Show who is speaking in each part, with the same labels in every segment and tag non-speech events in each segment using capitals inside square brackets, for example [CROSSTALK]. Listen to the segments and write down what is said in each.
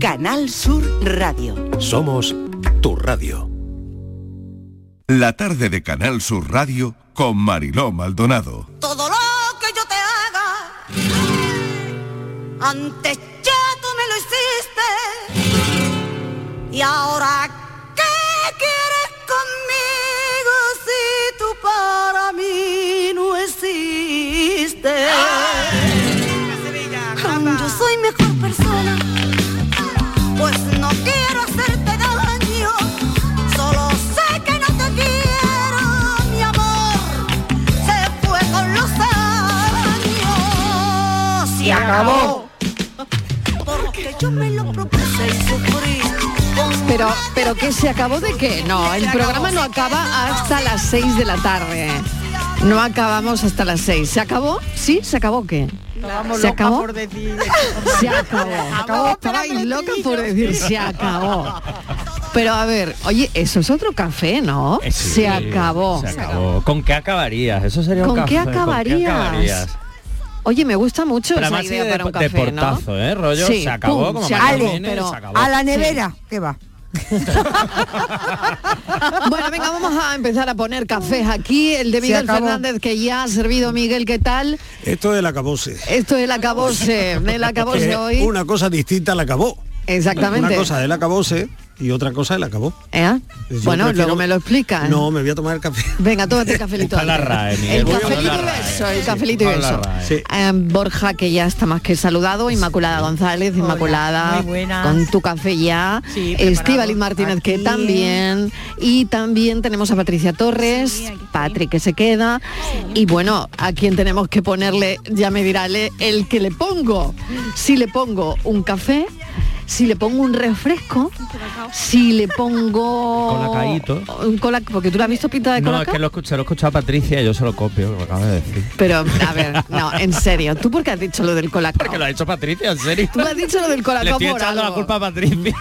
Speaker 1: Canal Sur Radio.
Speaker 2: Somos tu radio.
Speaker 3: La tarde de Canal Sur Radio con Mariló Maldonado.
Speaker 4: Todo lo que yo te haga, antes ya tú me lo hiciste. Y ahora, ¿qué quieres conmigo si tú para mí no existes? Yo soy mejor persona, pues no quiero hacerte daño, solo sé que no te quiero, mi amor, se fue con los años.
Speaker 5: Se acabó.
Speaker 4: Porque yo me lo propuse y sufrí.
Speaker 6: Pero, pero que se acabó de qué? No, el programa no acaba hasta las 6 de la tarde. No acabamos hasta las 6. ¿Se acabó? ¿Sí? ¿Se acabó o qué?
Speaker 5: Estábamos
Speaker 6: ¿Se
Speaker 5: locas
Speaker 6: acabó?
Speaker 5: por
Speaker 6: [LAUGHS]
Speaker 5: decir-
Speaker 7: [LAUGHS]
Speaker 6: Se acabó.
Speaker 5: Acabó,
Speaker 6: Estabais loca por decir se acabó. Pero a ver, oye, eso es otro café, ¿no?
Speaker 8: Eh, sí,
Speaker 6: se acabó.
Speaker 8: Se acabó. ¿Con qué acabarías? Eso sería un
Speaker 6: ¿Con qué
Speaker 8: café.
Speaker 6: acabarías? Oye, me gusta mucho
Speaker 8: Pero
Speaker 6: esa
Speaker 8: además
Speaker 6: idea
Speaker 8: de-
Speaker 6: para un
Speaker 8: de
Speaker 6: café, ¿no?
Speaker 8: portazo, ¿eh? Rollo, se acabó, como
Speaker 6: se
Speaker 8: María
Speaker 6: acabó,
Speaker 8: Jiménez,
Speaker 6: pero
Speaker 8: se acabó.
Speaker 9: A la nevera, que
Speaker 8: [LAUGHS]
Speaker 9: va.
Speaker 6: Bueno, venga, vamos a empezar a poner cafés aquí. El de
Speaker 9: Se
Speaker 6: Miguel
Speaker 9: acabó.
Speaker 6: Fernández que ya ha servido. Miguel, ¿qué tal?
Speaker 10: Esto del acabose.
Speaker 6: Esto es el
Speaker 8: [LAUGHS]
Speaker 6: acabose, el acabose
Speaker 10: Eh,
Speaker 6: hoy.
Speaker 10: Una cosa distinta al acabó.
Speaker 6: Exactamente.
Speaker 10: Una cosa del acabose y otra cosa el acabó.
Speaker 6: ¿Eh?
Speaker 10: Yo
Speaker 6: Bueno,
Speaker 10: prefiero-
Speaker 6: luego me lo explicas.
Speaker 10: No, me voy a tomar el café.
Speaker 6: [LAUGHS] Venga, tómate el cafelito.
Speaker 10: Busca la
Speaker 6: antes.
Speaker 10: RAE, Miguel,
Speaker 6: el
Speaker 10: busca
Speaker 6: cafelito
Speaker 10: la
Speaker 6: y
Speaker 10: RAE.
Speaker 6: beso, el cafelito y
Speaker 10: Busca la
Speaker 6: beso.
Speaker 10: RAE. Sí.
Speaker 6: Eh, Borja, que ya está más que saludado, Inmaculada González, Inmaculada,
Speaker 5: muy buenas.
Speaker 6: con tu café ya. Eh,
Speaker 5: Sí, preparado
Speaker 6: Estíbaliz Martínez, que
Speaker 5: aquí.
Speaker 6: también. Y también tenemos a Patricia Torres, Patrick, que se queda. Y bueno, a quien tenemos que ponerle, ya me dirá le- el que le pongo. Si le pongo un café, si le pongo un refresco, si le pongo...
Speaker 8: Colacaíto.
Speaker 6: Un cola, porque tú lo has visto pintada de
Speaker 8: No,
Speaker 6: colaca.
Speaker 8: es que lo escuché, lo escuchaba Patricia y yo se lo copio, lo que acaba de decir.
Speaker 6: Pero, a ver, no, en serio, ¿tú por qué has dicho lo del colacao?
Speaker 8: Que lo ha dicho Patricia, en serio.
Speaker 6: Tú has dicho lo del
Speaker 8: Le
Speaker 6: colacao
Speaker 8: estoy
Speaker 6: por
Speaker 8: echando
Speaker 6: algo.
Speaker 8: la culpa a Patricia.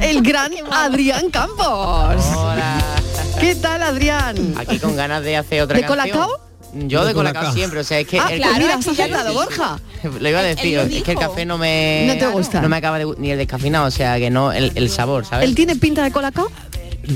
Speaker 6: El gran Adrián Campos. ¿Qué tal, Adrián?
Speaker 11: Aquí con ganas de hacer otra
Speaker 6: ¿De
Speaker 11: canción.
Speaker 6: colacao?
Speaker 11: Yo
Speaker 6: De
Speaker 11: de, colacao,
Speaker 6: colacao.
Speaker 11: siempre, o sea, es que
Speaker 6: ah,
Speaker 11: el-
Speaker 6: claro, mira,
Speaker 12: es
Speaker 6: se
Speaker 12: que
Speaker 6: ha
Speaker 12: ya lo
Speaker 6: sentado,
Speaker 12: dice.
Speaker 6: Borja.
Speaker 11: lo iba a
Speaker 12: Él- él
Speaker 11: decir,
Speaker 12: lo
Speaker 11: es que el
Speaker 12: dijo.
Speaker 11: café no me
Speaker 6: No te gusta.
Speaker 11: No me acaba de gu- ni el descafeinado, o sea, que no el, el sabor, ¿sabes?
Speaker 6: ¿Él tiene pinta de colacao?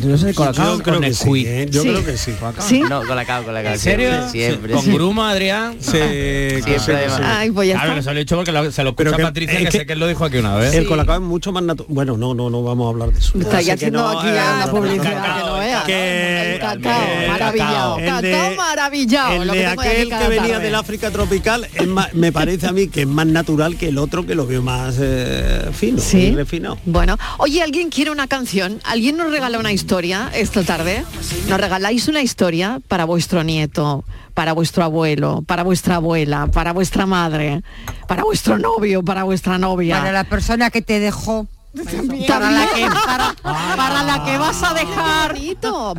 Speaker 8: Yo sé
Speaker 10: Yo creo que sí. ¿eh? Yo
Speaker 6: Sí.
Speaker 10: creo que sí.
Speaker 6: ¿Sí?
Speaker 11: No, colacao, colacao.
Speaker 8: ¿En serio?
Speaker 11: Siempre.
Speaker 8: ¿Con
Speaker 11: sí.
Speaker 8: grumo, Adrián?
Speaker 10: Sí,
Speaker 11: Siempre,
Speaker 10: sí,
Speaker 11: además.
Speaker 10: sí.
Speaker 6: Ay, pues ya
Speaker 8: Claro, que
Speaker 6: está.
Speaker 8: se lo he dicho porque lo- se lo escucha
Speaker 10: Pero que-
Speaker 8: Patricia, que,
Speaker 10: es que-
Speaker 8: sé que él lo dijo aquí una vez.
Speaker 10: El colacao es mucho más natural. Bueno, no, no, no vamos a hablar de eso.
Speaker 6: Está
Speaker 10: Así
Speaker 6: ya
Speaker 10: que
Speaker 6: haciendo
Speaker 10: no,
Speaker 6: aquí
Speaker 10: eh,
Speaker 6: ya la
Speaker 10: no,
Speaker 6: publicidad
Speaker 10: no, no, no.
Speaker 6: que no ¿eh? vea.
Speaker 10: Que-
Speaker 6: el cacao,
Speaker 10: el
Speaker 6: maravillado.
Speaker 10: cacao.
Speaker 6: Cacao,
Speaker 10: El de-
Speaker 6: maravillado.
Speaker 10: El
Speaker 6: lo
Speaker 10: de
Speaker 6: que tengo yo aquí
Speaker 10: aquel
Speaker 6: cada
Speaker 10: que venía
Speaker 6: tarde.
Speaker 10: del África tropical es más- me parece a mí que es más natural que el otro que lo veo más eh, fino,
Speaker 6: Sí.
Speaker 10: y refinado.
Speaker 6: Bueno, oye, ¿alguien quiere una canción? ¿Alguien nos regala una historia esta tarde? ¿Nos regaláis una historia para vuestro nieto, para vuestro abuelo, para vuestra abuela, para vuestra madre, para vuestro novio, para vuestra novia?
Speaker 9: Para la persona que te dejó.
Speaker 6: Para la que,
Speaker 9: para la que vas a dejar.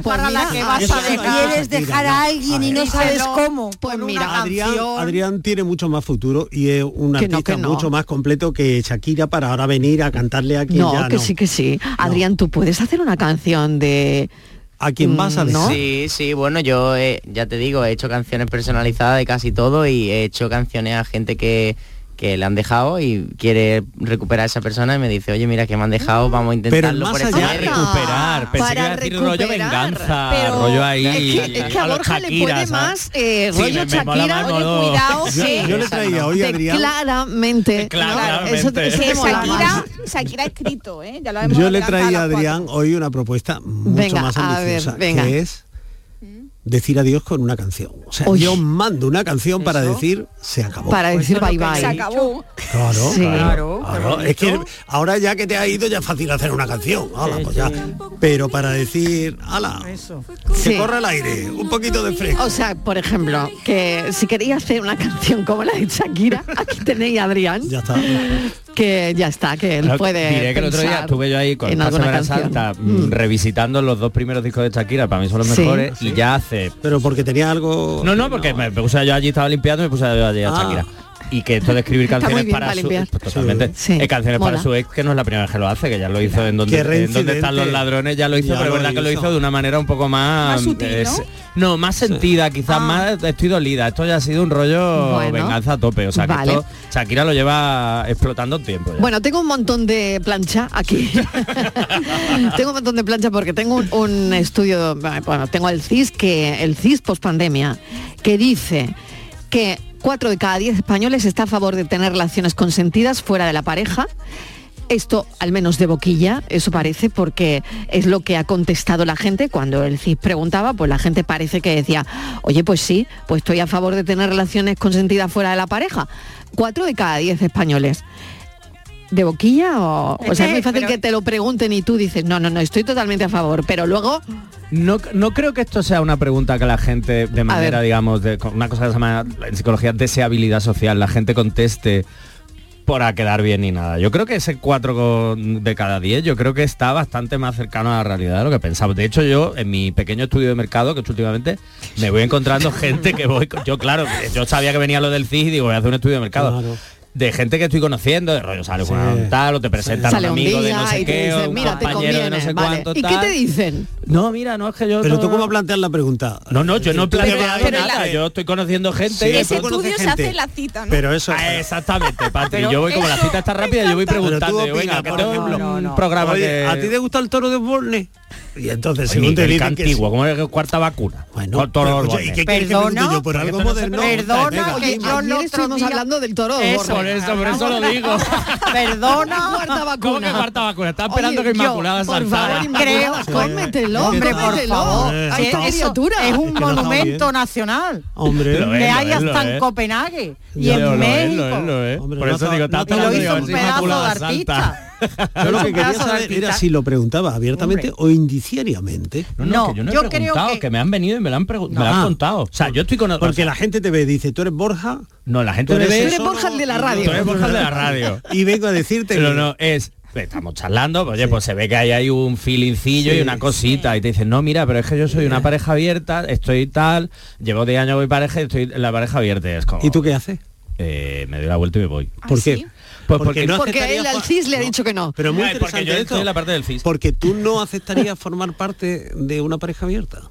Speaker 6: para la que vas a
Speaker 10: dejar.
Speaker 9: Quieres dejar a alguien y no sabes cómo.
Speaker 6: Pues mira,
Speaker 10: Adrián, Adrián tiene mucho más futuro y es un
Speaker 6: Que no,
Speaker 10: artista
Speaker 6: que no.
Speaker 10: mucho más completo que Shakira para ahora venir a cantarle aquí
Speaker 6: no,
Speaker 10: ya
Speaker 6: que
Speaker 10: no.
Speaker 6: sí, que sí. Adrián, tú puedes hacer una canción de...
Speaker 10: A quien vas a
Speaker 6: Mm,
Speaker 10: decir.
Speaker 6: ¿no?
Speaker 11: Sí, sí, bueno, yo eh, ya te digo, he hecho canciones personalizadas de casi todo y he hecho canciones a gente que, que le han dejado y quiere recuperar a esa persona y me dice, oye, mira que me han dejado, vamos a intentarlo
Speaker 10: más
Speaker 11: por
Speaker 10: allá-
Speaker 8: Para
Speaker 11: este medio".
Speaker 8: recuperar, pensé que
Speaker 6: Ah, Para
Speaker 8: iba a decir rollo
Speaker 6: recuperar.
Speaker 8: venganza,
Speaker 12: Pero
Speaker 8: rollo ahí.
Speaker 6: Es que, es que a
Speaker 8: los
Speaker 6: Borja le
Speaker 8: Shakira,
Speaker 6: puede
Speaker 8: ¿sabes?
Speaker 6: más eh,
Speaker 8: Sí,
Speaker 6: rollo
Speaker 8: me- me mola
Speaker 6: Shakira.
Speaker 8: más
Speaker 6: oye,
Speaker 8: Manolo.
Speaker 10: [LAUGHS]
Speaker 6: cuidado,
Speaker 8: Yo-
Speaker 6: que
Speaker 10: Yo le traía hoy a
Speaker 6: te-
Speaker 10: Adrián.
Speaker 6: claramente,
Speaker 8: Claramente.
Speaker 6: Eso, te- eso te
Speaker 12: Que
Speaker 6: mola
Speaker 12: Shakira,
Speaker 6: más.
Speaker 12: Shakira ha escrito, ¿eh? Ya lo hemos
Speaker 10: Yo le
Speaker 12: adelantado
Speaker 10: traía a
Speaker 12: las cuatro.
Speaker 10: Adrián hoy una propuesta mucho
Speaker 6: Venga,
Speaker 10: más
Speaker 6: a
Speaker 10: ambiciosa,
Speaker 6: ver, venga.
Speaker 10: que es decir adiós con una canción. O sea,
Speaker 6: Uy.
Speaker 10: yo mando una canción para decir se acabó.
Speaker 6: Para decir bye
Speaker 12: Se
Speaker 6: bye.
Speaker 12: acabó.
Speaker 10: Claro,
Speaker 6: Sí.
Speaker 10: claro, claro. Es que ahora ya que te ha ido ya es fácil hacer una canción. Ala, pues ya. Pero para decir, ala, que
Speaker 6: Sí.
Speaker 10: corre el aire, un poquito de fresco.
Speaker 6: O sea, por ejemplo, que si quería hacer una canción como la
Speaker 8: [LAUGHS]
Speaker 6: de Shakira, aquí tenéis a Adrián,
Speaker 10: Ya está.
Speaker 6: que ya está, que él
Speaker 8: Claro,
Speaker 6: puede.
Speaker 8: Diré que el otro día
Speaker 6: pensar
Speaker 8: estuve yo ahí con
Speaker 6: en
Speaker 8: esta
Speaker 6: alguna
Speaker 8: Semana
Speaker 6: canción.
Speaker 8: Santa mm, revisitando los dos primeros discos de Shakira, para mí son los
Speaker 6: Sí.
Speaker 8: mejores, y ya hace...
Speaker 10: Pero porque tenía algo.
Speaker 8: No, no, porque me puse yo allí, estaba limpiando y me puse yo allí a
Speaker 10: Ah.
Speaker 8: Shakira. y que esto de escribir
Speaker 6: [LAUGHS] Está muy
Speaker 8: canciones
Speaker 6: bien
Speaker 8: para,
Speaker 6: para
Speaker 8: su
Speaker 6: limpiar.
Speaker 8: pues, totalmente
Speaker 6: Sí.
Speaker 8: Eh, canciones
Speaker 6: Mola.
Speaker 8: para su ex que no es la primera vez que lo hace que ya lo hizo en donde
Speaker 10: Qué
Speaker 8: en donde
Speaker 10: reincidente.
Speaker 8: están los ladrones ya lo hizo
Speaker 10: Ya
Speaker 8: pero
Speaker 10: lo
Speaker 8: es verdad que lo
Speaker 10: hizo.
Speaker 8: hizo de una manera un poco más, eh,
Speaker 12: Más sutil, ¿no?
Speaker 8: no, más sentida quizás más estoy dolida esto ya ha sido un rollo
Speaker 6: Ah. Bueno.
Speaker 8: venganza a tope o sea que
Speaker 6: Vale.
Speaker 8: esto Shakira lo lleva explotando tiempo ya.
Speaker 6: Bueno, tengo un montón de plancha aquí. [LAUGHS]
Speaker 8: [LAUGHS]
Speaker 6: tengo un montón de plancha porque tengo un, un estudio, bueno, tengo el CIS que el CIS pospandemia que dice que 4 de cada 10 españoles está a favor de tener relaciones consentidas fuera de la pareja. Esto, al menos de boquilla, eso parece, porque es lo que ha contestado la gente. Cuando el CIS preguntaba, pues la gente parece que decía, oye, pues sí, pues estoy a favor de tener relaciones consentidas fuera de la pareja. 4 de cada 10 españoles. ¿De boquilla o...? O sea,
Speaker 8: Eh,
Speaker 6: es muy fácil que te lo pregunten y tú dices, no, no, no, estoy totalmente a favor, pero luego...
Speaker 8: No, no creo que esto sea una pregunta que la gente, de manera,
Speaker 6: ver.
Speaker 8: digamos, de, con una cosa que se llama en psicología deseabilidad social, la gente conteste para quedar bien ni nada. Yo creo que ese 4 de cada 10, yo creo que está bastante más cercano a la realidad de lo que pensaba. De hecho, yo, en mi pequeño estudio de mercado, que he hecho últimamente, me voy encontrando gente que voy... con- Yo, claro, yo sabía que venía lo del CIS y digo, voy a hacer un estudio de mercado.
Speaker 10: Claro.
Speaker 8: De gente que estoy conociendo, de rollo, sale con
Speaker 10: Sí.
Speaker 8: un tal, o te presentan
Speaker 6: Sale
Speaker 8: a
Speaker 6: un
Speaker 8: un amigo de no
Speaker 6: día
Speaker 8: sé
Speaker 6: y te
Speaker 8: qué, o
Speaker 6: dicen,
Speaker 8: un
Speaker 6: mira, te
Speaker 8: compañero de
Speaker 6: conviene,
Speaker 8: no sé
Speaker 6: vale.
Speaker 8: cuánto,
Speaker 6: ¿Y qué
Speaker 8: tal.
Speaker 6: te dicen?
Speaker 8: No, mira, no es que yo...
Speaker 10: Pero tú
Speaker 8: todo-
Speaker 10: cómo planteas la pregunta.
Speaker 8: no, no, yo no he
Speaker 10: Tú te
Speaker 8: planteado
Speaker 10: vas-
Speaker 12: pero
Speaker 8: nada.
Speaker 12: la-
Speaker 8: Yo estoy conociendo gente
Speaker 10: Sí,
Speaker 8: y de
Speaker 12: Ese
Speaker 10: tú
Speaker 8: pronto-
Speaker 10: conoces
Speaker 12: estudio se
Speaker 10: gente.
Speaker 12: hace en la cita, ¿no?
Speaker 10: Pero eso.
Speaker 8: Ah, Exactamente, Patri. Yo voy como la
Speaker 12: eso-
Speaker 8: cita está rápida, yo voy
Speaker 12: Pero
Speaker 10: tú
Speaker 8: preguntando. Yo,
Speaker 10: opinas,
Speaker 8: venga, que
Speaker 10: por
Speaker 8: tengo
Speaker 10: ejemplo,
Speaker 8: un- un programa
Speaker 10: Oye,
Speaker 8: que...
Speaker 10: ¿a ti te gusta el toro de Borne? Y entonces,
Speaker 8: Oye,
Speaker 10: según te
Speaker 8: el
Speaker 10: dicen que
Speaker 8: antiguo,
Speaker 10: sí.
Speaker 8: como es cuarta vacuna.
Speaker 10: Bueno,
Speaker 8: Con todos
Speaker 10: pero,
Speaker 8: los
Speaker 10: oye, ¿y qué
Speaker 8: bornes.
Speaker 10: quieres que
Speaker 9: Perdona,
Speaker 10: pregunte yo? Por algo
Speaker 8: porque esto
Speaker 10: moderno.
Speaker 8: no se
Speaker 9: Perdona,
Speaker 10: Venga.
Speaker 9: que yo
Speaker 6: Ayer
Speaker 9: el otro
Speaker 6: estuvimos
Speaker 9: día-
Speaker 6: hablando del toro de
Speaker 8: Eso, por
Speaker 6: Borne.
Speaker 8: eso, por eso lo digo.
Speaker 9: Perdona.
Speaker 6: Cuarta
Speaker 8: ¿Cómo
Speaker 6: vacuna.
Speaker 8: que cuarta vacuna? Está esperando
Speaker 6: Oye,
Speaker 8: que
Speaker 6: yo,
Speaker 8: Inmaculada
Speaker 6: Por
Speaker 8: saltara.
Speaker 6: favor, Inmaculada,
Speaker 9: Creo-
Speaker 6: cómetelo,
Speaker 9: Hombre, por
Speaker 6: cómetelo.
Speaker 9: favor.
Speaker 10: Eh,
Speaker 9: que
Speaker 6: Ay,
Speaker 10: está-
Speaker 6: qué
Speaker 9: eso
Speaker 6: criatura.
Speaker 9: es un
Speaker 10: Es que no está
Speaker 9: monumento
Speaker 10: bien.
Speaker 9: nacional.
Speaker 10: Hombre.
Speaker 8: Lo es,
Speaker 9: que
Speaker 8: lo
Speaker 9: hay
Speaker 8: es, lo
Speaker 9: hasta en
Speaker 8: es.
Speaker 9: Copenhague y
Speaker 8: Yo,
Speaker 9: en
Speaker 8: lo
Speaker 10: ¿eh?
Speaker 8: es,
Speaker 9: México.
Speaker 8: lo es, lo es.
Speaker 10: Hombre,
Speaker 8: Por
Speaker 10: no
Speaker 8: eso
Speaker 10: está-
Speaker 8: digo, está
Speaker 10: no está
Speaker 9: Y
Speaker 8: hablando
Speaker 9: lo
Speaker 10: hablando
Speaker 8: de
Speaker 9: hizo un
Speaker 8: si
Speaker 9: pedazo de
Speaker 8: Inmaculada salta.
Speaker 9: artista.
Speaker 10: Yo lo que quería
Speaker 9: pedazo de
Speaker 10: saber era
Speaker 9: artista.
Speaker 10: si lo preguntaba abiertamente o indiciariamente.
Speaker 8: No, no, que yo no he
Speaker 9: yo creo
Speaker 8: preguntado,
Speaker 9: que-
Speaker 8: que... me han venido y me lo han, pregun- me lo han
Speaker 10: Ah.
Speaker 8: contado. O sea, yo estoy con...
Speaker 10: Porque la gente te ve y dice, tú eres Borja.
Speaker 8: No, la gente
Speaker 10: tú
Speaker 8: me
Speaker 10: eres
Speaker 8: ve...
Speaker 10: eso,
Speaker 6: Tú eres Borja, el de la
Speaker 10: no,
Speaker 6: radio.
Speaker 8: Tú eres Borja, el de la radio.
Speaker 10: Y vengo a decirte
Speaker 8: Pero
Speaker 10: que-
Speaker 8: no, es... Estamos charlando, pues, oye, pues se ve que ahí hay un feelingcillo y una cosita. Y te dicen, no, mira, pero es que yo soy una pareja abierta, estoy tal, llevo 10 años voy pareja y estoy en la pareja abierta. Es como,
Speaker 10: ¿Y tú qué haces?
Speaker 8: eh, me doy la vuelta y me voy.
Speaker 10: ¿Por qué?
Speaker 8: Pues
Speaker 10: no
Speaker 6: Porque
Speaker 10: aceptarías
Speaker 6: él al
Speaker 10: for-
Speaker 6: CIS le ha dicho que no.
Speaker 10: Pero muy
Speaker 8: Ay, porque
Speaker 10: interesante
Speaker 8: yo
Speaker 10: esto.
Speaker 8: estoy en la parte del CIS.
Speaker 10: Porque tú no aceptarías formar parte de una pareja abierta.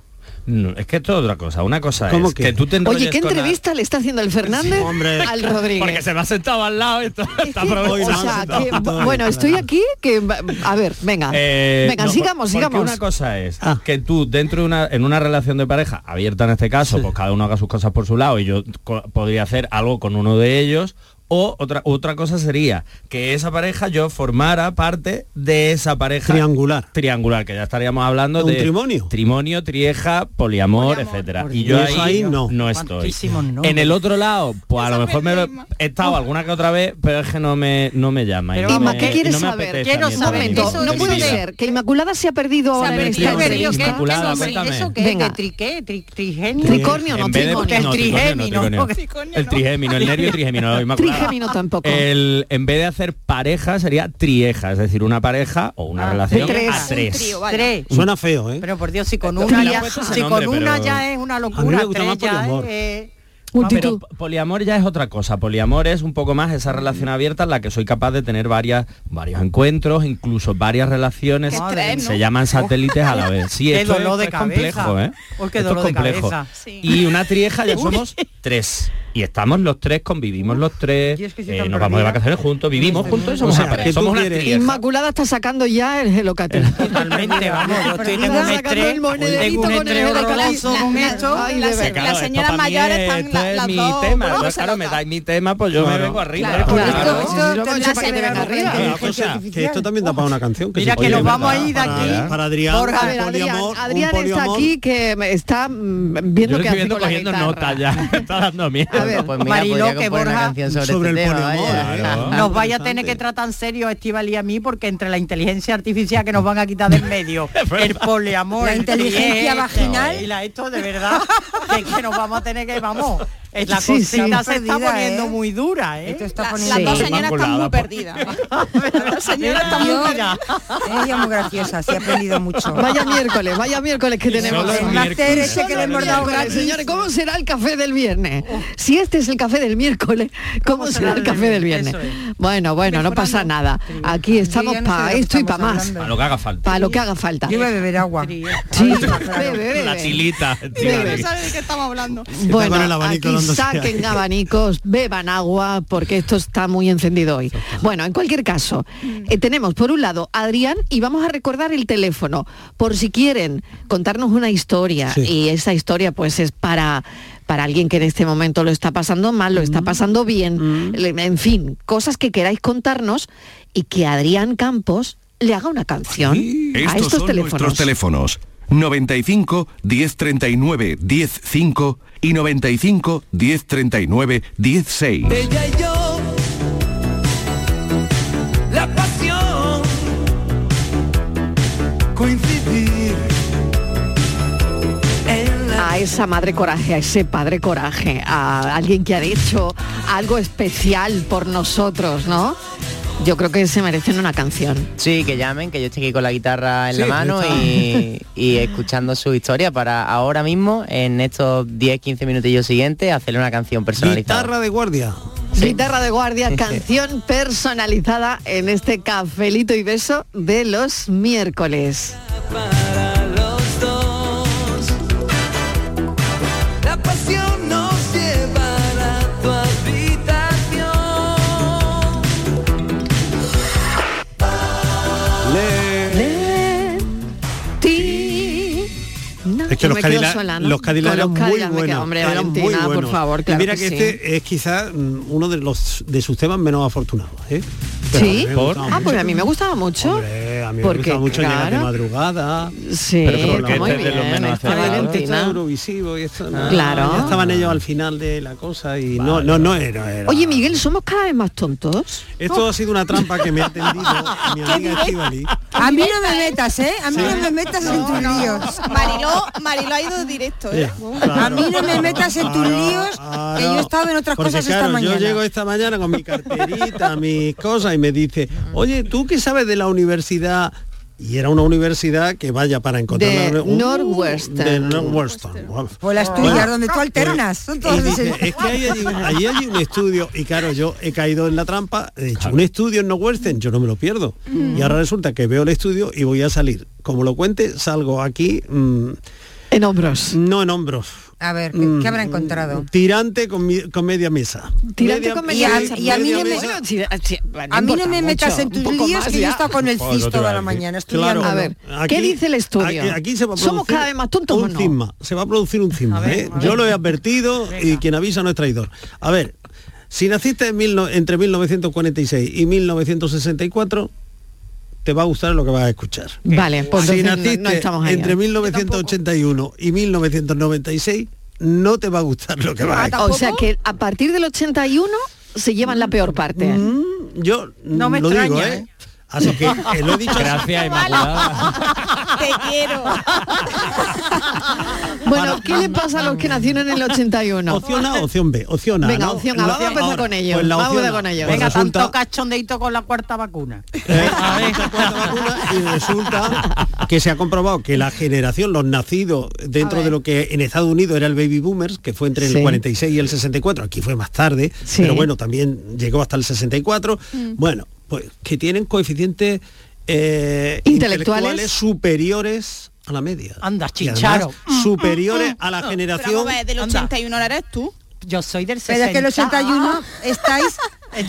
Speaker 8: No, es que esto es otra cosa. Una cosa
Speaker 10: ¿Cómo
Speaker 8: es
Speaker 10: que?
Speaker 8: que tú te enrolles
Speaker 6: Oye, ¿qué
Speaker 8: con la-
Speaker 6: entrevista le está haciendo el Fernández
Speaker 10: hombre.
Speaker 6: al Rodríguez?
Speaker 8: Porque se me ha sentado al lado y todo-
Speaker 6: Es
Speaker 8: está
Speaker 6: que,
Speaker 8: aprovechando.
Speaker 6: o sea,
Speaker 10: Está
Speaker 6: que-
Speaker 10: aprovechando.
Speaker 6: bueno, estoy aquí que a ver, venga.
Speaker 8: Eh,
Speaker 6: venga,
Speaker 8: no,
Speaker 6: sigamos,
Speaker 8: por- porque
Speaker 6: sigamos.
Speaker 8: Una cosa es
Speaker 10: Ah.
Speaker 8: que tú dentro de una, en una relación de pareja, abierta en este caso, pues cada uno haga sus cosas por su lado y yo co- podría hacer algo con uno de ellos. O otra, otra cosa sería que esa pareja yo formara parte de esa pareja
Speaker 10: Triangular.
Speaker 8: triangular, que ya estaríamos hablando
Speaker 10: Un
Speaker 8: de
Speaker 10: trimonio.
Speaker 8: Trimonio, trieja, poliamor, etcétera. Y yo
Speaker 10: Dios, ahí
Speaker 8: ahí,
Speaker 10: no.
Speaker 8: no, estoy.
Speaker 9: Cuantísimos no.
Speaker 8: En el otro lado, pues a lo mejor me lo he estado alguna que otra vez, pero es que no me no me llama. y
Speaker 9: Pero
Speaker 8: no
Speaker 9: vamos,
Speaker 8: me-
Speaker 6: ¿qué quieres
Speaker 8: no me
Speaker 6: saber?
Speaker 8: apetece
Speaker 9: Quiero
Speaker 8: a mí en
Speaker 9: saber
Speaker 8: este
Speaker 6: Momento,
Speaker 9: eso
Speaker 8: momento
Speaker 6: no
Speaker 8: de
Speaker 6: puede
Speaker 8: mi vida.
Speaker 6: ser que Inmaculada se ha perdido
Speaker 12: Se ha
Speaker 6: ahora en
Speaker 12: perdido,
Speaker 6: esta
Speaker 8: se ha perdido, ¿qué?
Speaker 6: entrevista.
Speaker 8: Inmaculada,
Speaker 9: ¿Eso qué?
Speaker 8: cuéntame.
Speaker 9: ¿Eso qué?
Speaker 6: Venga.
Speaker 9: ¿De tri qué? ¿Tri- trigenio?
Speaker 6: Tricornio no,
Speaker 8: En vez de-
Speaker 6: trigonio.
Speaker 8: no, trigonio, no, [LAUGHS]
Speaker 9: El trigemino.
Speaker 8: trigonio. El trigemino, el nervio trigemino, Inmaculada.
Speaker 6: Trigemino tampoco.
Speaker 8: El, en vez de hacer pareja sería trieja, es decir, una pareja o una
Speaker 9: Ah,
Speaker 8: relación
Speaker 6: tres.
Speaker 8: a tres.
Speaker 12: Un trío, vale.
Speaker 9: Tres.
Speaker 10: Suena feo, ¿eh?
Speaker 9: Pero por Dios, si con
Speaker 8: Le
Speaker 9: una
Speaker 8: han
Speaker 9: ya,
Speaker 8: puesto ese
Speaker 9: si
Speaker 8: nombre,
Speaker 9: con una
Speaker 8: pero-
Speaker 9: ya es una
Speaker 10: A mí
Speaker 9: locura,
Speaker 10: me gusta más
Speaker 9: tres ya
Speaker 10: poliamor.
Speaker 9: es-
Speaker 6: Multitud.
Speaker 8: Pero poliamor ya es otra cosa. Poliamor es un poco más esa
Speaker 9: Mm.
Speaker 8: relación abierta en la que soy capaz de tener varias, varios encuentros, incluso varias relaciones.
Speaker 12: Qué estrés, ¿no?
Speaker 8: Se llaman satélites a la vez. Sí,
Speaker 9: [LAUGHS] Qué
Speaker 8: esto es-
Speaker 9: dolor de
Speaker 8: es, complejo,
Speaker 9: cabeza.
Speaker 8: ¿eh?
Speaker 9: Uy, qué
Speaker 8: Esto
Speaker 9: dolor de
Speaker 8: es complejo.
Speaker 9: cabeza.
Speaker 12: Sí.
Speaker 8: Y una trieja
Speaker 9: [LAUGHS]
Speaker 8: ya somos tres. Y estamos los tres, convivimos los tres,
Speaker 9: y es que
Speaker 8: eh,
Speaker 9: estoy
Speaker 8: nos vamos
Speaker 9: tan
Speaker 8: de
Speaker 9: perdida.
Speaker 8: vacaciones juntos, vivimos juntos y somos,
Speaker 10: O sea,
Speaker 8: una pareja,
Speaker 10: que tú
Speaker 8: somos una
Speaker 10: quieres-
Speaker 8: trieja.
Speaker 6: Inmaculada está sacando ya el gelocatel.
Speaker 9: Totalmente, vamos, yo estoy tengo un
Speaker 6: Sacando el
Speaker 9: estrés,
Speaker 6: monederito
Speaker 9: tengo un
Speaker 6: con el
Speaker 9: estrés horroroso
Speaker 6: gelocatel.
Speaker 9: con
Speaker 12: La-
Speaker 9: esto.
Speaker 6: Ay, de
Speaker 12: la-
Speaker 6: verdad.
Speaker 8: Claro, esto
Speaker 12: señoras
Speaker 8: pa' mí
Speaker 12: mayores
Speaker 8: es-
Speaker 12: están
Speaker 8: esto
Speaker 12: la-
Speaker 8: es
Speaker 12: las
Speaker 8: mi
Speaker 12: dos, [LAUGHS]
Speaker 8: tema.
Speaker 12: ¿cómo
Speaker 8: Yo,
Speaker 12: se
Speaker 8: claro,
Speaker 12: nota?
Speaker 8: me dais mi tema, pues yo me
Speaker 10: Claro.
Speaker 8: vengo arriba.
Speaker 12: Claro,
Speaker 8: ¿eh? Porque
Speaker 6: claro.
Speaker 8: claro,
Speaker 6: Esto- esto
Speaker 8: sí,
Speaker 6: es
Speaker 8: sí,
Speaker 6: la
Speaker 8: para que te venga
Speaker 6: celebración.
Speaker 8: arriba.
Speaker 10: Que
Speaker 8: Escucha,
Speaker 10: esto- que esto también da para una canción.
Speaker 9: Mira
Speaker 10: se
Speaker 9: que
Speaker 10: puede
Speaker 9: nos vamos
Speaker 10: inventar.
Speaker 9: a ir de
Speaker 10: pues Para-
Speaker 9: aquí.
Speaker 10: Para Adrián,
Speaker 9: Borja,
Speaker 6: A
Speaker 10: un
Speaker 6: ver, Adrián,
Speaker 10: poliamor- un
Speaker 6: Adrián está
Speaker 10: poliamor.
Speaker 6: aquí que me está mm, viendo
Speaker 8: yo
Speaker 6: que
Speaker 8: estoy
Speaker 6: hace
Speaker 8: viendo
Speaker 6: con la
Speaker 8: cogiendo
Speaker 6: guitarra.
Speaker 8: nota ya. [LAUGHS] me está dando miedo.
Speaker 6: A ver,
Speaker 11: pues mira,
Speaker 9: Mariló,
Speaker 11: podría
Speaker 9: que
Speaker 11: componer una
Speaker 9: Borja-
Speaker 11: canción sobre,
Speaker 10: sobre el
Speaker 11: este tema,
Speaker 10: poliamor.
Speaker 11: [LAUGHS] vaya.
Speaker 8: Claro.
Speaker 9: Nos vaya a tener
Speaker 10: Ah, interesante.
Speaker 9: que tratar en serio, Estival y a mí, porque entre la inteligencia artificial que nos van a quitar del
Speaker 10: [LAUGHS]
Speaker 9: medio, el poliamor,
Speaker 11: La
Speaker 9: el
Speaker 11: inteligencia
Speaker 9: triés,
Speaker 11: vaginal.
Speaker 9: y la esto de verdad, que, es que nos vamos a tener que, vamos, La
Speaker 6: [LAUGHS] Sí, sí.
Speaker 9: cosita se está
Speaker 6: Perdida,
Speaker 9: poniendo
Speaker 6: ¿eh?
Speaker 9: muy dura, ¿eh? Esto
Speaker 6: La- las dos señoras están muy
Speaker 10: [LAUGHS]
Speaker 6: Inmaculada, por-
Speaker 9: perdidas. las señoras están muy perdidas.
Speaker 5: Ella es
Speaker 10: [LAUGHS]
Speaker 5: muy graciosa, sí, ha aprendido mucho.
Speaker 6: [LAUGHS] Vaya miércoles, vaya miércoles que
Speaker 5: Solo
Speaker 6: tenemos. este
Speaker 5: el Un placer miércoles. ese que
Speaker 6: Solo
Speaker 5: le hemos
Speaker 6: el
Speaker 5: dado
Speaker 6: miércoles,
Speaker 5: gratis.
Speaker 6: Señores, ¿cómo será el café del viernes? Si este es el café del miércoles, ¿cómo, será el café del viernes? Bueno, bueno, no pasa nada. Aquí estamos
Speaker 5: ya no sé de
Speaker 6: para
Speaker 5: lo que
Speaker 6: esto y para
Speaker 5: estamos
Speaker 6: más.
Speaker 5: hablando.
Speaker 8: A lo que haga falta.
Speaker 6: Para lo que haga falta.
Speaker 5: Yo voy a beber agua.
Speaker 6: Sí,
Speaker 8: La chilita.
Speaker 6: Bebe.
Speaker 5: de qué estamos hablando.
Speaker 6: Bueno, aquí saquen abanicos, beban agua, porque esto está muy encendido hoy. Bueno, en cualquier caso, eh, tenemos por un lado a Adrián y vamos a recordar el teléfono, por si quieren contarnos una historia y esa historia pues es para para alguien que en este momento lo está pasando mal, lo está pasando bien, le- en fin, cosas que queráis contarnos y que Adrián Campos le haga una canción a
Speaker 3: Estos
Speaker 6: estos
Speaker 3: son
Speaker 6: teléfonos.
Speaker 3: nuestros teléfonos. 95 1039 105 y 95 1039 106.
Speaker 13: Ella y yo, la pasión, coincidir.
Speaker 6: a esa madre coraje, a ese padre coraje, a alguien que ha hecho algo especial por nosotros, ¿no? Yo creo que se merecen una canción.
Speaker 11: Sí, que llamen, que yo estoy aquí con la guitarra en
Speaker 6: Sí,
Speaker 11: la mano
Speaker 6: está.
Speaker 11: y, y escuchando su historia para ahora mismo, en estos 10-15 minutillos siguientes, hacerle una canción personalizada.
Speaker 10: Guitarra de guardia.
Speaker 6: Guitarra de guardia,
Speaker 10: [LAUGHS]
Speaker 6: canción personalizada en este cafelito y beso de los miércoles.
Speaker 13: los dos. La pasión nos llevará a tu habitación.
Speaker 6: Le- ti- No,
Speaker 10: Es que
Speaker 6: yo
Speaker 10: los
Speaker 6: me quedo
Speaker 10: Cadillac,
Speaker 6: sola, ¿no?
Speaker 10: los Cadillac
Speaker 6: Con
Speaker 10: eran
Speaker 6: los
Speaker 10: muy
Speaker 6: Cadillac me quedo-
Speaker 10: buenos.
Speaker 6: hombre,
Speaker 10: eran muy
Speaker 6: Valentina, por
Speaker 10: buenos.
Speaker 6: favor,
Speaker 10: Y
Speaker 6: claro
Speaker 10: mira
Speaker 6: que
Speaker 10: que,
Speaker 6: sí.
Speaker 10: este es quizás mm, uno de los de sus temas menos afortunados. ¿eh? Pero a mí
Speaker 6: Sí,
Speaker 10: me gustaba
Speaker 6: ah, pues
Speaker 10: mucho.
Speaker 6: a mí me gustaba mucho.
Speaker 10: Eh, a mí me
Speaker 6: porque,
Speaker 10: gustaba mucho llegar de
Speaker 6: claro,
Speaker 10: madrugada.
Speaker 6: Sí, Pero que porque muy este es de los bien, menos está acertados.
Speaker 10: Esto Este es
Speaker 6: Valentina.
Speaker 10: Eurovisivo y esto no.
Speaker 6: Claro.
Speaker 10: Ya estaban ellos al final de la cosa y no, no, no era. era.
Speaker 6: Oye, Miguel, somos cada vez más tontos.
Speaker 10: Esto ha sido una trampa que me ha
Speaker 6: [LAUGHS]
Speaker 10: tendido mi amiga Estivali.
Speaker 5: A mí no me metas, ¿eh? A mí
Speaker 10: Sí.
Speaker 5: no me metas en tus líos.
Speaker 12: Mariló, Mariló ha ido directo, ¿eh?
Speaker 5: A mí no me metas en tus líos, que yo he estado en otras
Speaker 10: Porque
Speaker 5: cosas
Speaker 10: claro,
Speaker 5: esta mañana.
Speaker 10: Yo llego esta mañana con mi carterita, [LAUGHS] mis cosas, y me dice, oye, ¿tú qué sabes de la universidad? Y era una universidad que vaya para encontrar
Speaker 6: De
Speaker 10: la- un-
Speaker 6: Northwestern.
Speaker 10: De Northwestern.
Speaker 5: Pues las tuyas, donde tú alternas. Son todas
Speaker 10: Y dice,
Speaker 5: esas-
Speaker 10: es que ahí hay, ahí hay un estudio y claro, yo he caído en la trampa, he hecho un estudio en Northwestern, yo no me lo pierdo.
Speaker 6: Mm.
Speaker 10: Y ahora resulta que veo el estudio y voy a salir. Como lo cuente, salgo aquí... mm,
Speaker 6: en hombros.
Speaker 10: No en hombros.
Speaker 5: A ver,
Speaker 10: Mm,
Speaker 5: ¿qué, qué habrá encontrado?
Speaker 10: Tirante con, mi- con media mesa.
Speaker 6: Tirante
Speaker 10: Media-
Speaker 6: con
Speaker 5: y a- y a mí
Speaker 10: media
Speaker 5: no me-
Speaker 10: mesa.
Speaker 5: Bueno, A mí no me metas en tus líos, que yo he estado con el
Speaker 10: Joder,
Speaker 5: CIS
Speaker 10: otro día
Speaker 5: toda la
Speaker 10: aquí.
Speaker 5: mañana
Speaker 10: Claro.
Speaker 5: estudiando.
Speaker 6: A ver, ¿qué dice el estudio?
Speaker 10: Aquí, aquí se va a
Speaker 6: ¿Somos
Speaker 10: producir
Speaker 6: cada vez más tontos o
Speaker 10: un
Speaker 6: no?
Speaker 10: cisma, se va a producir un cisma. ¿eh? Yo lo he advertido y quien avisa no es traidor. A ver, si naciste en mil no- entre 1946 y 1964, te va a gustar lo que vas a escuchar.
Speaker 6: Vale, pues
Speaker 10: si
Speaker 6: entonces no-
Speaker 10: naciste
Speaker 6: no estamos ahí
Speaker 10: entre
Speaker 6: aún.
Speaker 10: 1981 y 1996, no te va a gustar lo que vas a
Speaker 5: Ah,
Speaker 10: escuchar.
Speaker 6: o sea que a partir del 81 se llevan la peor parte.
Speaker 10: Yo
Speaker 6: No me
Speaker 10: lo digo,
Speaker 6: extraña,
Speaker 10: ¿eh? Así que eh, lo he [LAUGHS]
Speaker 5: [LAUGHS]
Speaker 10: dicho.
Speaker 8: Gracias, Inmaculada.
Speaker 6: [LAUGHS]
Speaker 12: Te quiero.
Speaker 6: Bueno, ¿qué le pasa a los que nacieron en
Speaker 10: [LAUGHS]
Speaker 6: el 81?
Speaker 10: Opción A, opción B, opción A.
Speaker 6: Venga,
Speaker 10: ¿no?
Speaker 6: opción A,
Speaker 10: La-
Speaker 6: vamos a empezar
Speaker 10: ahora,
Speaker 6: con ellos.
Speaker 10: pues la
Speaker 6: vamos a
Speaker 10: opción
Speaker 6: empezar
Speaker 10: A.
Speaker 6: con ellos.
Speaker 10: Pues
Speaker 9: Venga,
Speaker 10: resulta-
Speaker 9: tanto cachondeito con la cuarta vacuna.
Speaker 10: y resulta que se ha comprobado que la generación, los nacidos dentro de lo que en Estados Unidos era el baby boomers, que fue entre
Speaker 14: Sí.
Speaker 10: el 46 y el 64, aquí fue más tarde,
Speaker 14: Sí.
Speaker 10: pero bueno, también llegó hasta el 64,
Speaker 14: Mm.
Speaker 10: bueno, pues que tienen coeficientes eh,
Speaker 6: Intelectuales.
Speaker 10: superiores a la media.
Speaker 9: Anda,
Speaker 10: Y además,
Speaker 9: chicharo.
Speaker 10: superiores a la
Speaker 12: No, Mm, Pero,
Speaker 10: generación...
Speaker 12: vamos a ver, del 81 ahora eres tú. Ah.
Speaker 9: Yo soy del
Speaker 5: Pero es que el 81 estáis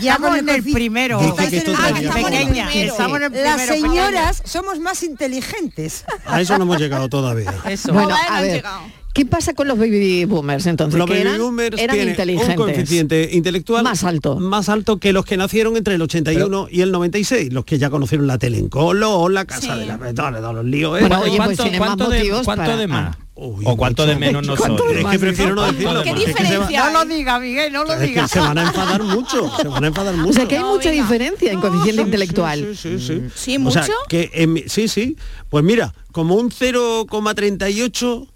Speaker 5: ya
Speaker 9: Estamos en el
Speaker 5: coefici-
Speaker 9: primero.
Speaker 10: Dice
Speaker 5: estáis
Speaker 10: que esto
Speaker 5: en el
Speaker 10: todavía
Speaker 5: coeficiente.
Speaker 10: falta. Pequeña,
Speaker 5: Primero.
Speaker 10: que estamos en el
Speaker 5: Las
Speaker 9: primero,
Speaker 5: señoras somos más inteligentes.
Speaker 10: A eso no hemos llegado todavía.
Speaker 6: Bueno, a ver, ¿qué pasa con los baby boomers entonces?
Speaker 10: los
Speaker 6: que
Speaker 10: baby
Speaker 6: eran,
Speaker 10: boomers
Speaker 6: eran
Speaker 10: tienen
Speaker 6: inteligentes.
Speaker 10: un coeficiente intelectual más alto más alto que los que nacieron entre el 81 y el 96 los que ya conocieron la tele en colo o la casa de la todos los líos ¿eh?
Speaker 6: Bueno,
Speaker 10: estos.
Speaker 6: oye, pues ¿Cuánto- tienen más cuánto de- motivos cuánto para- Ah. de
Speaker 8: más? ¿O cuánto de menos nosotros?
Speaker 10: Es que prefiero no decirlo porque es que se va-
Speaker 9: No lo diga, Miguel, no lo
Speaker 10: es
Speaker 9: diga.
Speaker 10: que se van a enfadar mucho se van a enfadar mucho
Speaker 6: [LAUGHS] O sea que hay mucha diferencia en coeficiente intelectual. Mm.
Speaker 10: Sí, sí.
Speaker 6: Sí,
Speaker 10: O sea, eh,
Speaker 6: mucho.
Speaker 10: que en mi- sí, sí. Pues mira, como un 0,38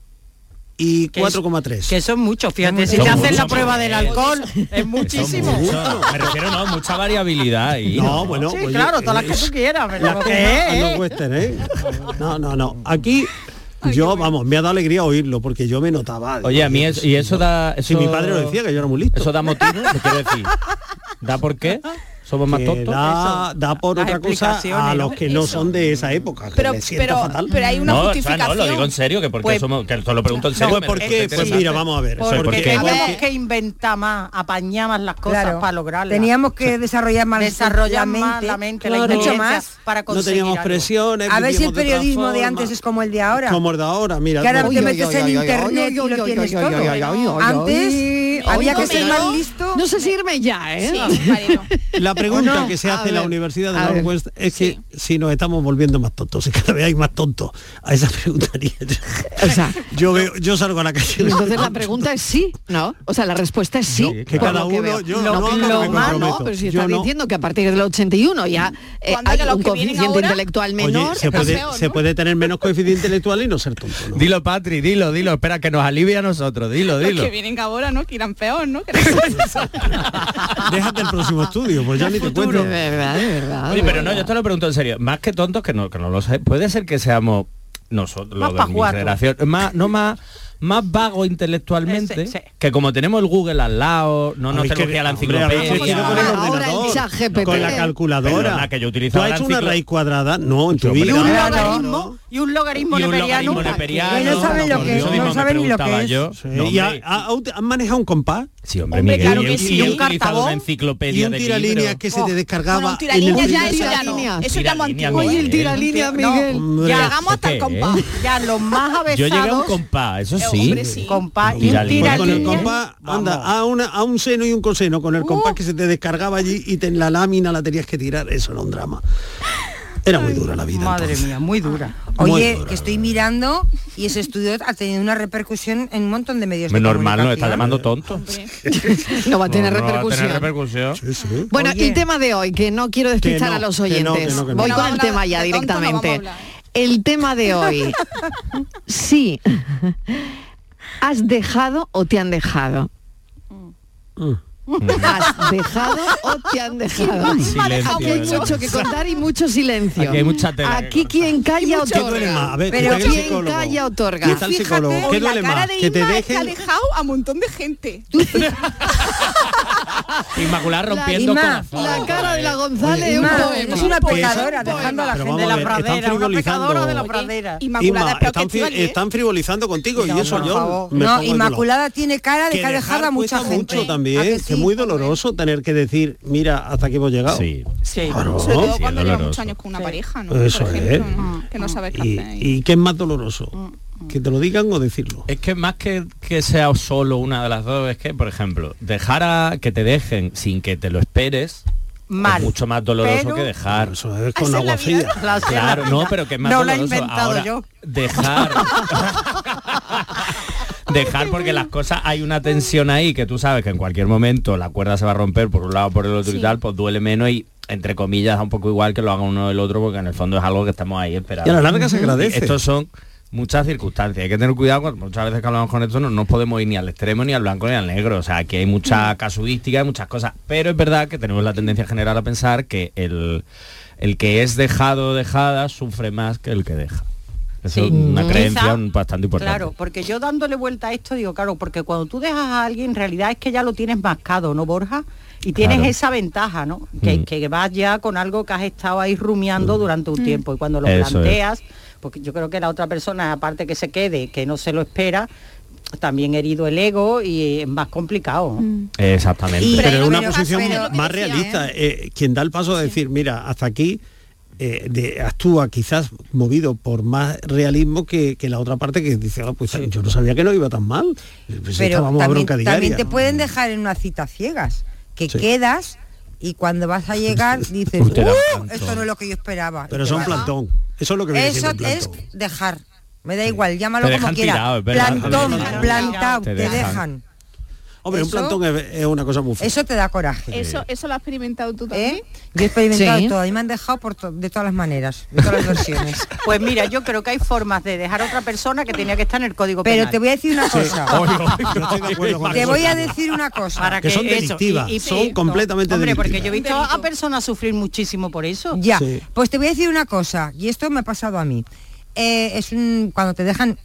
Speaker 10: y 4,3.
Speaker 9: Que son muchos, fíjate, si te hacen la prueba del alcohol, [LAUGHS] es muchísimo.
Speaker 8: Me refiero, no, mucha variabilidad y
Speaker 10: No, bueno,
Speaker 9: Sí,
Speaker 10: oye,
Speaker 9: claro, todas las que
Speaker 10: es-
Speaker 9: tú quieras, pero
Speaker 10: las
Speaker 9: lo
Speaker 10: cosas
Speaker 9: que
Speaker 10: a
Speaker 9: es,
Speaker 10: los western, ¿eh? No, no, no. Aquí yo, vamos, me ha dado alegría oírlo porque yo me notaba.
Speaker 8: Oye, a mí es- y eso da
Speaker 10: Si mi padre lo decía, que yo era muy listo.
Speaker 8: Eso da motivo, te quiero decir. ¿Da por qué? Somos más
Speaker 10: que
Speaker 8: tontos.
Speaker 10: Da, da por
Speaker 8: Las
Speaker 10: otra cosa a
Speaker 8: explicaciones,
Speaker 10: los
Speaker 8: ¿no?
Speaker 10: que no son de esa época. que
Speaker 12: Pero-
Speaker 10: les sienta
Speaker 12: pero-
Speaker 10: fatal.
Speaker 12: pero hay una
Speaker 8: no, o sea,
Speaker 12: justificación.
Speaker 8: no, lo digo en serio, que porque
Speaker 12: Pues-
Speaker 8: somos, que te lo pregunto en
Speaker 10: No,
Speaker 8: serio.
Speaker 10: pues ¿por qué? Pues mira, vamos a ver,
Speaker 8: Porque,
Speaker 9: porque tenemos
Speaker 5: porque-
Speaker 9: que inventar más, apañar más las cosas
Speaker 5: Claro.
Speaker 9: para lograrlas.
Speaker 5: Teníamos que desarrollar más
Speaker 9: Desarrollar
Speaker 5: la
Speaker 9: más
Speaker 5: mente,
Speaker 9: la mente,
Speaker 5: claro.
Speaker 9: la
Speaker 5: Mucho
Speaker 9: inteligencia
Speaker 5: más.
Speaker 9: para
Speaker 5: No
Speaker 9: conseguir
Speaker 10: teníamos
Speaker 9: algo.
Speaker 10: presiones,
Speaker 5: A ver si el
Speaker 10: vivíamos de otra
Speaker 5: periodismo de
Speaker 10: forma.
Speaker 5: antes es como el de ahora.
Speaker 10: Como el de ahora, mira.
Speaker 5: Que ahora
Speaker 10: tú-
Speaker 5: te metes en internet y lo tienes todo. Antes había que ser más listo.
Speaker 6: No se sirve ya, ¿eh?
Speaker 10: La
Speaker 6: ¿O
Speaker 10: pregunta
Speaker 6: no?
Speaker 10: que se hace
Speaker 6: A
Speaker 10: en la
Speaker 6: ver,
Speaker 10: Universidad de
Speaker 6: a ver.
Speaker 10: Northwest es que si nos estamos volviendo más tontos, [LAUGHS] si cada vez hay más tontos, a esa pregunta ni- yo, veo, yo salgo a la calle.
Speaker 6: [LAUGHS] Entonces la pregunta es sí, ¿no? O sea, la respuesta es sí.
Speaker 10: que
Speaker 6: por
Speaker 10: cada
Speaker 6: lo que
Speaker 10: uno-
Speaker 6: veo.
Speaker 10: yo
Speaker 6: no,
Speaker 10: no hago lo que
Speaker 6: lo
Speaker 10: me
Speaker 6: más,
Speaker 10: comprometo.
Speaker 6: no, pero si
Speaker 10: Yo
Speaker 6: está
Speaker 10: no.
Speaker 6: diciendo que a partir del 81 ya eh, hay
Speaker 12: que los
Speaker 6: un
Speaker 12: que vienen
Speaker 6: coeficiente
Speaker 12: ahora-
Speaker 6: intelectual menor.
Speaker 10: Oye, se
Speaker 6: está
Speaker 10: puede,
Speaker 6: feo, ¿no?
Speaker 10: se puede tener menos coeficiente intelectual y no ser tonto. ¿no?
Speaker 8: Dilo, Patri, dilo, dilo. Espera, que nos alivia a nosotros. Dilo,
Speaker 12: Los
Speaker 8: dilo.
Speaker 12: que vienen ahora, ¿no? Que irán peor, ¿no?
Speaker 10: [LAUGHS]
Speaker 12: Que-
Speaker 10: Déjate el próximo estudio, pues ya ni te cuento.
Speaker 8: Oye, pero no, yo te lo pregunto en serio. Más que tontos, que no, que no lo sé. Puede ser que seamos nosotros, los
Speaker 9: Más
Speaker 8: de mi
Speaker 9: pajuatos.
Speaker 8: generación, más, no más más vago intelectualmente,
Speaker 9: Sí, sí.
Speaker 8: que como tenemos el Google al lado, no nos
Speaker 10: Habéis
Speaker 8: tenemos
Speaker 10: que-
Speaker 8: que ir a la
Speaker 10: hombre, habéis
Speaker 8: enciclopedia.
Speaker 10: crecido con el
Speaker 6: Ahora el
Speaker 10: ordenador,
Speaker 6: ChatGPT.
Speaker 10: con la
Speaker 8: Pero
Speaker 10: calculadora.
Speaker 8: la que yo
Speaker 10: ¿Tú
Speaker 8: utilizaba
Speaker 10: has
Speaker 8: la
Speaker 10: hecho una
Speaker 8: enciclo-
Speaker 10: raíz cuadrada? No, en
Speaker 8: Sí,
Speaker 10: tu
Speaker 8: hombre,
Speaker 10: vida.
Speaker 9: Y un
Speaker 8: Claro.
Speaker 9: logaritmo, y un logaritmo
Speaker 8: Y un
Speaker 9: neperiano.
Speaker 8: logaritmo neperiano.
Speaker 5: Que no saben lo que es,
Speaker 8: Eso
Speaker 5: no
Speaker 8: mismo me
Speaker 5: saben ni lo que
Speaker 8: preguntaba
Speaker 5: es.
Speaker 8: yo.
Speaker 10: Sí,
Speaker 8: No,
Speaker 10: y ha-
Speaker 8: hombre.
Speaker 10: ha- ha- ¿Han manejado un compás?
Speaker 8: Sí, hombre,
Speaker 12: Hombre,
Speaker 8: Miguel,
Speaker 12: claro
Speaker 8: y
Speaker 12: que
Speaker 8: he-
Speaker 12: sí.
Speaker 8: y he
Speaker 12: Un
Speaker 8: utilizado
Speaker 12: cartabón.
Speaker 8: una
Speaker 10: Y
Speaker 8: enciclopedia
Speaker 10: un
Speaker 8: de
Speaker 10: tiralíneas
Speaker 8: libros.
Speaker 10: que se te
Speaker 12: Bueno,
Speaker 10: descargaba
Speaker 12: un
Speaker 10: en
Speaker 12: tiralínea
Speaker 10: un-
Speaker 12: ya, eso ya no. Eso
Speaker 6: Tiralínea.
Speaker 12: ya muy
Speaker 8: Tiralínea,
Speaker 12: antiguo.
Speaker 8: Oye, el
Speaker 6: tiralínea, Miguel.
Speaker 10: Hombre,
Speaker 12: Llegamos hasta el
Speaker 8: ¿esto qué
Speaker 12: compás.
Speaker 8: es?
Speaker 9: Ya los más
Speaker 8: Yo llegué a un
Speaker 9: avesados,
Speaker 8: compás, eso
Speaker 12: Eh,
Speaker 8: sí.
Speaker 12: hombre, sí.
Speaker 9: compás, y un
Speaker 8: Tiralínea.
Speaker 10: Pues
Speaker 9: tira
Speaker 10: con el
Speaker 8: Tiralínea.
Speaker 10: compás, anda, a, una- a un seno y un coseno, con el compás que se te descargaba allí y te, la lámina la tenías que tirar, eso era un drama. Era muy dura la vida.
Speaker 9: Madre
Speaker 10: entonces.
Speaker 9: mía, muy dura.
Speaker 10: Muy
Speaker 5: Oye,
Speaker 10: dura.
Speaker 5: que estoy mirando y ese estudio ha tenido una repercusión en un montón de medios. de
Speaker 8: Normal, nos está
Speaker 5: comunicación.
Speaker 8: llamando tontos.
Speaker 10: [LAUGHS]
Speaker 6: No va a tener
Speaker 8: No, no va a
Speaker 6: repercusión.
Speaker 8: tener repercusión.
Speaker 10: Sí, sí.
Speaker 6: Bueno,
Speaker 5: Oye.
Speaker 6: el tema de hoy, que no quiero despistar
Speaker 10: Que no,
Speaker 6: a los
Speaker 10: que no, que
Speaker 6: oyentes.
Speaker 10: no, que no.
Speaker 6: Voy
Speaker 12: No
Speaker 6: con el
Speaker 12: vamos a
Speaker 6: tema
Speaker 12: hablar
Speaker 6: ya
Speaker 12: de tonto, no vamos a
Speaker 6: directamente.
Speaker 12: hablar.
Speaker 6: el tema de [LAUGHS] hoy. sí. ¿Has dejado o te han dejado?
Speaker 10: Mm.
Speaker 6: Mm. ¿Has dejado o te han dejado?
Speaker 8: Silencio,
Speaker 6: Aquí hay
Speaker 8: ¿verdad?
Speaker 6: mucho que contar y mucho silencio.
Speaker 8: Aquí hay mucha tela que
Speaker 6: Aquí
Speaker 8: cortar.
Speaker 6: quien calla
Speaker 10: ¿Qué duele más?
Speaker 6: otorga.
Speaker 10: A ver, ¿qué
Speaker 6: Pero
Speaker 10: tal el
Speaker 6: quien
Speaker 10: psicólogo?
Speaker 6: calla
Speaker 10: ¿Qué
Speaker 6: otorga.
Speaker 10: tal psicólogo?
Speaker 12: Hoy
Speaker 10: ¿Qué
Speaker 12: la
Speaker 10: duele
Speaker 12: cara
Speaker 10: más?
Speaker 12: de
Speaker 10: ¿Que te
Speaker 12: Inma es que ha
Speaker 10: dejen?
Speaker 12: dejado a un montón de gente.
Speaker 8: Inmaculada rompiendo
Speaker 5: Inma,
Speaker 8: corazones.
Speaker 6: La cara de la González es un
Speaker 5: Inma,
Speaker 6: poema.
Speaker 5: es una
Speaker 6: poema.
Speaker 5: pecadora, dejando a la
Speaker 10: Pero
Speaker 9: De
Speaker 5: gente.
Speaker 10: Vamos a
Speaker 9: la
Speaker 10: ver, están
Speaker 9: pradera, una
Speaker 10: frivolizando.
Speaker 9: pecadora de la
Speaker 10: Oye,
Speaker 9: pradera.
Speaker 12: Inmaculada,
Speaker 10: Inma,
Speaker 12: pero
Speaker 10: están,
Speaker 12: que
Speaker 10: fri-
Speaker 12: estoy aquí, ¿eh?
Speaker 10: están frivolizando contigo
Speaker 9: No,
Speaker 10: y eso
Speaker 9: por
Speaker 10: yo
Speaker 9: favor.
Speaker 10: me pongo
Speaker 5: No,
Speaker 10: de color.
Speaker 5: Inmaculada tiene cara de
Speaker 10: Que
Speaker 5: que ha dejado a mucha
Speaker 10: cuesta
Speaker 5: gente.
Speaker 10: mucho
Speaker 5: ¿A
Speaker 10: también,
Speaker 5: que
Speaker 10: que
Speaker 5: sí?
Speaker 10: es muy doloroso tener que decir, mira, hasta aquí hemos llegado.
Speaker 8: Sí.
Speaker 9: Sí.
Speaker 10: Claro.
Speaker 12: Sobre todo
Speaker 8: Sí,
Speaker 12: cuando
Speaker 8: es
Speaker 12: llevas
Speaker 8: doloroso.
Speaker 12: muchos años con una pareja, ¿no?
Speaker 10: Eso
Speaker 12: Por
Speaker 10: es.
Speaker 12: ejemplo, ¿no? Que no sabes qué
Speaker 10: ¿Y,
Speaker 12: hacer.
Speaker 10: y qué es más doloroso? ¿Que te lo digan o decirlo?
Speaker 8: Es que más que, que sea solo una de las dos, es que, por ejemplo, dejar a que te dejen sin que te lo esperes
Speaker 9: Mal.
Speaker 8: es mucho más doloroso
Speaker 9: Pero-
Speaker 8: que dejar.
Speaker 10: Eso es con
Speaker 12: Esa es
Speaker 10: agua
Speaker 12: la vida.
Speaker 10: fría.
Speaker 9: La hacía
Speaker 8: Claro,
Speaker 9: la
Speaker 8: no,
Speaker 9: vida.
Speaker 8: pero que es más
Speaker 9: No la he
Speaker 8: doloroso
Speaker 9: inventado
Speaker 8: ahora
Speaker 9: yo.
Speaker 8: dejar. dejar porque las cosas hay una tensión ahí que tú sabes que en cualquier momento la cuerda se va a romper por un lado por el otro y tal, pues duele menos y entre comillas da un poco igual que lo haga uno del otro porque en el fondo es algo que estamos ahí esperando.
Speaker 10: Y a la larga se agradece.
Speaker 8: Estos son muchas circunstancias. Hay que tener cuidado cuando muchas veces que hablamos con esto no nos podemos ir ni al extremo, ni al blanco, ni al negro. O sea, aquí hay
Speaker 9: Mm.
Speaker 8: mucha casuística, hay muchas cosas. Pero es verdad que tenemos la tendencia general a pensar que el, el que es dejado o dejada sufre más que el que deja. Eso
Speaker 9: Sí.
Speaker 8: es una
Speaker 9: Mm.
Speaker 8: creencia
Speaker 9: Quizá,
Speaker 8: bastante importante.
Speaker 9: Claro, porque yo dándole vuelta a esto digo, claro, porque cuando tú dejas a alguien, en realidad es que ya lo tienes mascado, ¿no, Borja? Y tienes
Speaker 8: Claro.
Speaker 9: esa ventaja, ¿no? Que,
Speaker 8: Mm.
Speaker 9: que vas ya con algo que has estado ahí rumiando durante un tiempo. Y cuando lo
Speaker 8: Eso es.
Speaker 9: planteas, porque yo creo que la otra persona, aparte que se quede, que no se lo espera, también herido el ego y es más complicado. ¿no?
Speaker 8: Mm. Exactamente.
Speaker 5: Y-
Speaker 10: pero
Speaker 5: Pero
Speaker 10: es una
Speaker 5: pero-
Speaker 10: posición
Speaker 5: pero-
Speaker 10: más realista. eh, quien da el paso de decir, mira, hasta aquí eh, de- actúa quizás movido por más realismo que, que la otra parte que dice, "Ah, pues yo no sabía que no iba tan mal. Pues
Speaker 5: Pero
Speaker 10: estábamos a
Speaker 5: también,
Speaker 10: bronca diaria.
Speaker 5: también te pueden dejar en una cita ciegas, que
Speaker 10: Sí.
Speaker 5: quedas y cuando vas a llegar
Speaker 10: [LAUGHS]
Speaker 5: dices,
Speaker 8: Te dan
Speaker 5: "Uh,
Speaker 8: plantón".
Speaker 5: esto no es lo que yo esperaba.
Speaker 10: Pero
Speaker 5: Y te
Speaker 10: son
Speaker 5: vas.
Speaker 10: plantón. Eso es lo que viene
Speaker 5: Eso
Speaker 10: siendo un
Speaker 5: es
Speaker 10: plantón.
Speaker 5: dejar. Me da igual,
Speaker 8: Te
Speaker 5: llámalo como
Speaker 8: dejan
Speaker 5: quieras.
Speaker 8: tirado, es verdad.
Speaker 5: Plantón,
Speaker 8: Te dejan.
Speaker 5: plantado,
Speaker 8: Te
Speaker 5: te
Speaker 8: dejan.
Speaker 5: dejan.
Speaker 10: Hombre, un
Speaker 12: Eso-
Speaker 10: plantón es, es una cosa muy fea.
Speaker 14: Eso te da coraje.
Speaker 12: Eso, eso lo has experimentado tú también.
Speaker 14: ¿Eh? Yo he experimentado [LAUGHS]
Speaker 12: Sí.
Speaker 14: todo y me han dejado por to- de todas las maneras, de todas las versiones.
Speaker 9: [LAUGHS] Pues mira, yo creo que hay formas de dejar a otra persona que tenía que estar en el código
Speaker 14: Pero
Speaker 9: penal.
Speaker 14: te voy a decir una Sí, cosa. oye,
Speaker 10: pues
Speaker 14: Te voy a decir una cosa.
Speaker 9: Para
Speaker 10: Que son
Speaker 9: eso,
Speaker 10: delictivas, son
Speaker 9: sí, no.
Speaker 10: completamente
Speaker 9: Hombre, porque yo he
Speaker 10: delictivas.
Speaker 9: visto a personas sufrir muchísimo por eso.
Speaker 14: [LAUGHS] Ya, pues te voy a decir una cosa, y esto me ha pasado a mí. Eh, es un, cuando te dejan...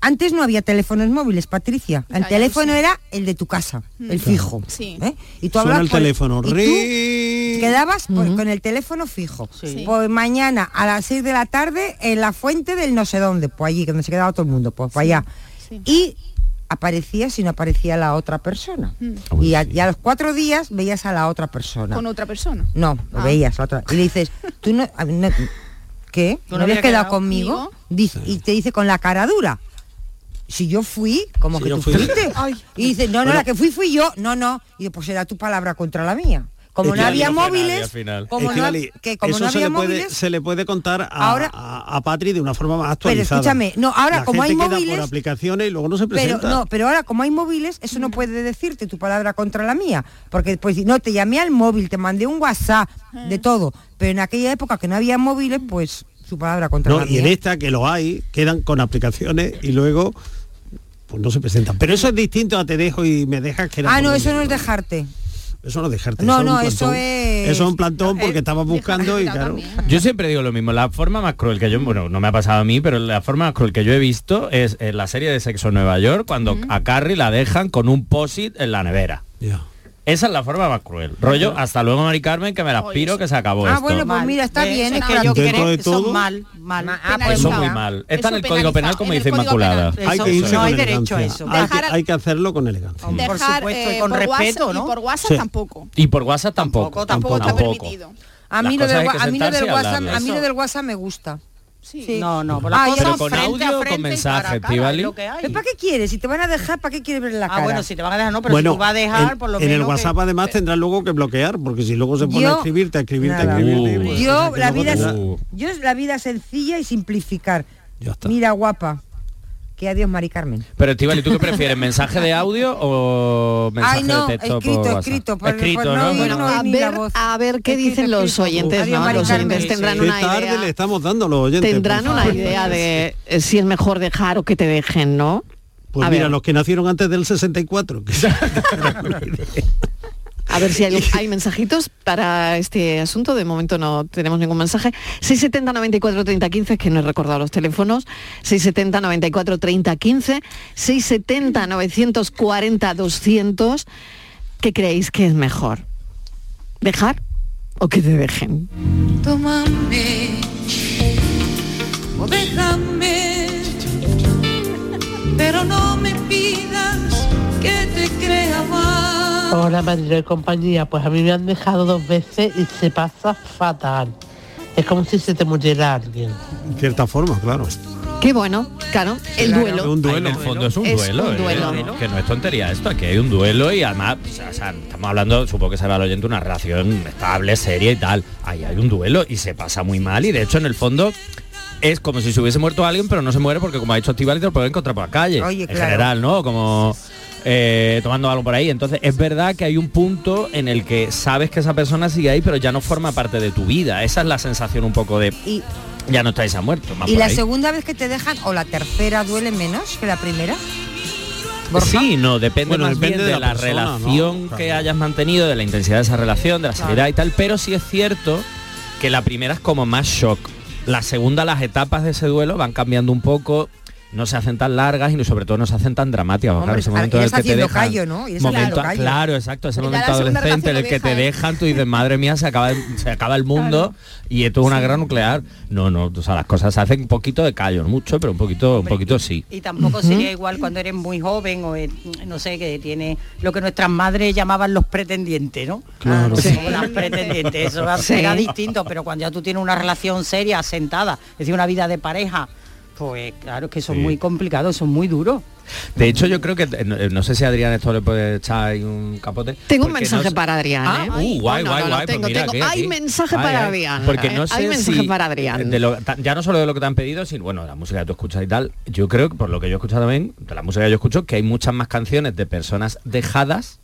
Speaker 14: Antes no había teléfonos móviles, Patricia. El
Speaker 12: ya lo
Speaker 14: teléfono
Speaker 12: sé.
Speaker 14: era el de tu casa,
Speaker 12: Mm.
Speaker 14: el fijo.
Speaker 12: Sí.
Speaker 14: ¿eh? Y tú
Speaker 10: Suena
Speaker 14: hablabas
Speaker 10: el
Speaker 14: por-
Speaker 10: teléfono,
Speaker 14: y tú quedabas por- con el teléfono fijo.
Speaker 12: Sí.
Speaker 14: Pues mañana a las 6 de la tarde en la fuente del no sé dónde, pues allí, donde se quedaba todo el mundo, pues para allá. Y aparecía si no aparecía la otra persona.
Speaker 10: Ah,
Speaker 14: Y a, y a los cuatro días veías a la otra persona.
Speaker 12: Mm. Con otra persona.
Speaker 14: No, lo
Speaker 12: Ah.
Speaker 14: veías la otra. Y le dices, tú no, a- no- ¿qué?
Speaker 12: ¿Tú
Speaker 14: ¿No,
Speaker 12: no
Speaker 14: habías
Speaker 12: habías
Speaker 14: quedado,
Speaker 12: quedado
Speaker 14: conmigo? Dice- Y te dice con la cara dura. Si yo fui, como
Speaker 10: Si
Speaker 14: que
Speaker 10: yo
Speaker 14: tú
Speaker 10: fui.
Speaker 14: fuiste. Y dice, no, no,
Speaker 10: Bueno.
Speaker 14: la que fui fui yo. No, no. Y yo, pues era tu palabra contra la mía. Como no
Speaker 10: Estivali,
Speaker 14: había
Speaker 10: Este no fue nadie
Speaker 14: móviles,
Speaker 10: al final.
Speaker 14: como no,
Speaker 10: Estivali,
Speaker 14: que como
Speaker 10: eso
Speaker 14: no
Speaker 10: se,
Speaker 14: había
Speaker 10: le puede,
Speaker 14: móviles,
Speaker 10: se le puede contar a,
Speaker 14: Ahora-
Speaker 10: a, a Patri de una forma más
Speaker 14: Pero
Speaker 10: actualizada.
Speaker 14: escúchame, no, ahora
Speaker 10: La
Speaker 14: como
Speaker 10: gente
Speaker 14: hay
Speaker 10: queda
Speaker 14: móviles-
Speaker 10: por aplicaciones y luego no se
Speaker 14: pero
Speaker 10: presenta.
Speaker 14: no, pero ahora como hay móviles, eso no puede decirte tu palabra contra la mía, porque después si no te llamé al móvil, te mandé un WhatsApp, de todo. Pero en aquella época que no había móviles, pues su palabra contra
Speaker 10: No,
Speaker 14: la
Speaker 10: y
Speaker 14: mía.
Speaker 10: en este esta que lo hay, quedan con aplicaciones y luego pues no se presentan. Pero eso es distinto a te dejo y me dejas que era
Speaker 14: Ah,
Speaker 10: por
Speaker 14: no,
Speaker 10: un-
Speaker 14: eso no es dejarte.
Speaker 10: eso no es dejarte.
Speaker 14: No,
Speaker 10: es
Speaker 14: no,
Speaker 10: un
Speaker 14: eso
Speaker 10: plantón.
Speaker 14: es- Eh,
Speaker 10: Eso es un plantón porque estabas buscando y claro.
Speaker 8: Yo siempre digo lo mismo, la forma más cruel que yo, bueno, no me ha pasado a mí, pero la forma más cruel que yo he visto es en la serie de Sexo en Nueva York, cuando
Speaker 9: Mm.
Speaker 8: a Carrie la dejan con un posit en la nevera. Esa es la forma más cruel. Rollo, hasta luego, Mari Carmen, que me la aspiro, que se acabó
Speaker 14: Ah,
Speaker 8: esto.
Speaker 14: bueno, pues mira, está
Speaker 9: Ve,
Speaker 14: bien,
Speaker 9: eso
Speaker 14: es
Speaker 9: que
Speaker 8: Dentro
Speaker 9: yo creo
Speaker 8: de
Speaker 9: que son
Speaker 8: todo-
Speaker 9: mal, mal.
Speaker 14: ah, pues
Speaker 8: Eso muy mal. Está en el Código Penal, como dice Inmaculada.
Speaker 10: Hay que irse
Speaker 9: no
Speaker 10: con
Speaker 9: hay derecho
Speaker 10: elegancia.
Speaker 9: a eso.
Speaker 10: Hay,
Speaker 9: Dejar-
Speaker 10: que, hay que hacerlo con elegancia.
Speaker 9: por
Speaker 12: Dejar,
Speaker 9: supuesto,
Speaker 12: eh,
Speaker 9: y con
Speaker 12: por
Speaker 9: respeto,
Speaker 12: WhatsApp-
Speaker 9: ¿no?
Speaker 12: Y por WhatsApp
Speaker 8: Sí.
Speaker 12: tampoco.
Speaker 8: Y por WhatsApp tampoco.
Speaker 12: tampoco está permitido.
Speaker 14: A
Speaker 8: Las
Speaker 14: mí, lo
Speaker 8: cosas
Speaker 14: del,
Speaker 8: hay
Speaker 14: gua-
Speaker 8: que
Speaker 14: a mí lo del
Speaker 8: sentarse y
Speaker 14: WhatsApp,
Speaker 8: hablarlas.
Speaker 14: a mí lo del WhatsApp me gusta. Sí.
Speaker 9: No, no, por
Speaker 14: Ah,
Speaker 9: las
Speaker 14: yo
Speaker 9: cosas
Speaker 8: Pero con
Speaker 9: frente a
Speaker 8: audio o
Speaker 9: frente
Speaker 8: con
Speaker 9: y cara
Speaker 8: mensaje,
Speaker 9: a cara, es
Speaker 8: Tibali.
Speaker 9: lo que hay.
Speaker 14: ¿Pero ¿Para qué quieres? Si te van a dejar, ¿para qué quieres ver la
Speaker 9: Ah,
Speaker 14: cara?
Speaker 9: bueno, si te van a dejar, no, pero si tú vas a dejar,
Speaker 10: en,
Speaker 9: por lo
Speaker 10: en
Speaker 9: menos
Speaker 10: el
Speaker 9: que-
Speaker 10: WhatsApp además tendrás luego que bloquear, porque si luego se pone a
Speaker 14: Yo-
Speaker 10: escribirte, a escribirte, a
Speaker 14: Nada.
Speaker 10: escribirte. pues,
Speaker 14: yo,
Speaker 10: que
Speaker 14: la
Speaker 10: luego
Speaker 14: vida
Speaker 10: te
Speaker 14: es,
Speaker 10: da-
Speaker 8: Uh.
Speaker 14: yo es la vida sencilla y simplificar. Mira, guapa. Que adiós, Mari Carmen.
Speaker 8: Pero Estivali, ¿tú qué prefieres? ¿Mensaje de audio o mensaje
Speaker 14: Ay, no,
Speaker 8: de texto
Speaker 14: escrito,
Speaker 8: por WhatsApp?
Speaker 14: escrito, por-
Speaker 8: Escrito,
Speaker 14: por
Speaker 8: ¿no?
Speaker 14: no
Speaker 8: Bueno,
Speaker 14: irnos
Speaker 8: a
Speaker 14: Ay, ni la
Speaker 8: ver,
Speaker 14: voz.
Speaker 6: A ver qué dicen los oyentes,
Speaker 14: Adiós,
Speaker 6: ¿no?
Speaker 14: Mari
Speaker 6: Los
Speaker 14: Carmen.
Speaker 6: oyentes tendrán
Speaker 10: Qué
Speaker 6: una
Speaker 10: tarde le
Speaker 6: idea.
Speaker 10: estamos dando los oyentes.
Speaker 6: Tendrán
Speaker 10: por
Speaker 6: una
Speaker 10: favor.
Speaker 6: idea de eh, si es mejor dejar o que te dejen, ¿no?
Speaker 10: Pues
Speaker 6: a
Speaker 10: mira,
Speaker 6: ver.
Speaker 10: los que nacieron antes del 64. que-
Speaker 6: A ver si hay, hay mensajitos para este asunto. De momento no tenemos ningún mensaje. 670 94 30 15, es que no he recordado los teléfonos. 670 94 30 15, 670 940 200. ¿Qué creéis que es mejor? ¿Dejar o que te dejen?
Speaker 13: Tómame o déjame, pero no me pidas que te crea más.
Speaker 15: Hola Madrid y compañía, pues a mí me han dejado dos veces y se pasa fatal. Es como si se te muriera alguien.
Speaker 10: En cierta forma, claro.
Speaker 6: Qué bueno, claro, el duelo.
Speaker 10: Un duelo.
Speaker 8: En el fondo es un
Speaker 6: Es
Speaker 8: duelo,
Speaker 6: un
Speaker 8: ¿eh?
Speaker 6: duelo.
Speaker 8: ¿no? que no es tontería esto, aquí hay un duelo y además, o sea, o sea, estamos hablando, supongo que se va al oyente una relación estable, seria y tal. Ahí hay un duelo y se pasa muy mal y de hecho en el fondo es como si se hubiese muerto alguien, pero no se muere porque como ha dicho Actival te lo pueden encontrar por la calle.
Speaker 14: Oye,
Speaker 8: en
Speaker 14: claro.
Speaker 8: general, ¿no? Como eh, tomando algo por ahí. Entonces es verdad que hay un punto en el que sabes que esa persona sigue ahí, pero ya no forma parte de tu vida. Esa es la sensación un poco de
Speaker 14: Y,
Speaker 8: ya no estáis a muerto. más
Speaker 14: y
Speaker 8: por
Speaker 14: la
Speaker 8: ahí.
Speaker 14: segunda vez que te dejan, o la tercera, duele menos que la primera.
Speaker 8: Sí, no, depende
Speaker 10: Bueno,
Speaker 8: más
Speaker 10: depende
Speaker 8: bien de,
Speaker 10: de la
Speaker 8: la,
Speaker 10: persona, ¿no?
Speaker 8: relación
Speaker 10: Claro.
Speaker 8: que hayas mantenido, de la intensidad de esa relación, de la seriedad y tal, pero sí es cierto que la primera es como más shock. La segunda, las etapas de ese duelo van cambiando un poco, no se hacen tan largas y no- sobre todo no se hacen tan dramáticas.
Speaker 14: Hombre,
Speaker 8: claro, ese
Speaker 14: a-
Speaker 8: momento en
Speaker 14: irás
Speaker 8: el que te
Speaker 14: haciendo
Speaker 8: dejan,
Speaker 14: callo, ¿no? Irás
Speaker 8: momento-
Speaker 14: haciendo callo.
Speaker 8: Claro, exacto, ese
Speaker 14: Pero ya
Speaker 8: momento
Speaker 14: la segunda
Speaker 8: adolescente en el que
Speaker 14: relación
Speaker 8: te
Speaker 14: lo
Speaker 8: dejan, tú dices, madre mía, se acaba, el- se acaba el mundo y esto es una guerra nuclear. No, no, o sea, las cosas se hacen un poquito de callo, no mucho, pero un poquito, un poquito sí.
Speaker 9: Y tampoco sería igual cuando eres muy joven o eh, no sé, que tiene lo que nuestras madres llamaban los pretendientes, ¿no?
Speaker 6: Ah,
Speaker 10: Claro.
Speaker 9: Sí. Las pretendientes, eso
Speaker 10: Sí.
Speaker 9: era distinto, pero cuando ya tú tienes una relación seria, asentada, es decir, una vida de pareja, pues claro es que eso es muy complicado, eso es muy duro.
Speaker 8: De hecho, yo creo que, eh, no, eh, no sé si a Adrián esto le puede echar ahí un capote.
Speaker 6: Tengo un
Speaker 8: porque
Speaker 6: mensaje
Speaker 8: no sé-
Speaker 6: para Adrián.
Speaker 8: Ah,
Speaker 6: ¿eh?
Speaker 8: uh, guay,
Speaker 6: No, no,
Speaker 8: guay,
Speaker 6: no,
Speaker 8: guay. pues
Speaker 6: tengo,
Speaker 8: mira,
Speaker 6: tengo.
Speaker 8: aquí,
Speaker 6: Hay
Speaker 8: aquí.
Speaker 6: mensaje
Speaker 8: Ay,
Speaker 6: para
Speaker 8: ay.
Speaker 6: Adrián.
Speaker 8: Porque
Speaker 6: ¿eh?
Speaker 8: no sé
Speaker 6: Hay mensaje
Speaker 8: si-
Speaker 6: para Adrián.
Speaker 8: de lo- ta- ya no solo de lo que te han pedido, sino bueno, la música que tú escuchas y tal. Yo creo, por lo que yo he escuchado también, de la música que yo escucho, que hay muchas más canciones de personas dejadas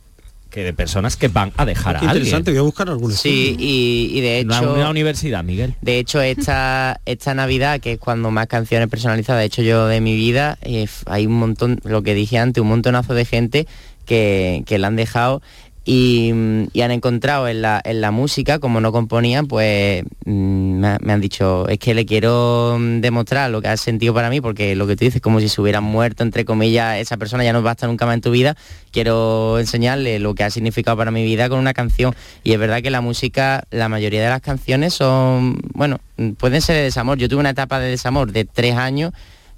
Speaker 8: que de personas que van a dejar a
Speaker 10: Qué
Speaker 8: alguien.
Speaker 10: interesante, voy a buscar algunos.
Speaker 11: Sí, y, y de
Speaker 8: Una-
Speaker 11: hecho...
Speaker 8: una universidad, Miguel.
Speaker 11: De hecho, esta, esta Navidad, que es cuando más canciones personalizadas he hecho yo de mi vida, eh, f- hay un montón, lo que dije antes, un montonazo de gente que, que la han dejado y, mm, y han encontrado en la, en la música, como no componían, pues mm, me, ha- me han dicho, es que le quiero mm, demostrar lo que has sentido para mí, porque lo que tú dices, como si se hubieran muerto, entre comillas, esa persona ya no basta nunca más en tu vida, quiero enseñarle lo que ha significado para mi vida con una canción. Y es verdad que la música, la mayoría de las canciones son, bueno, mm, pueden ser de desamor. Yo tuve una etapa de desamor de tres años.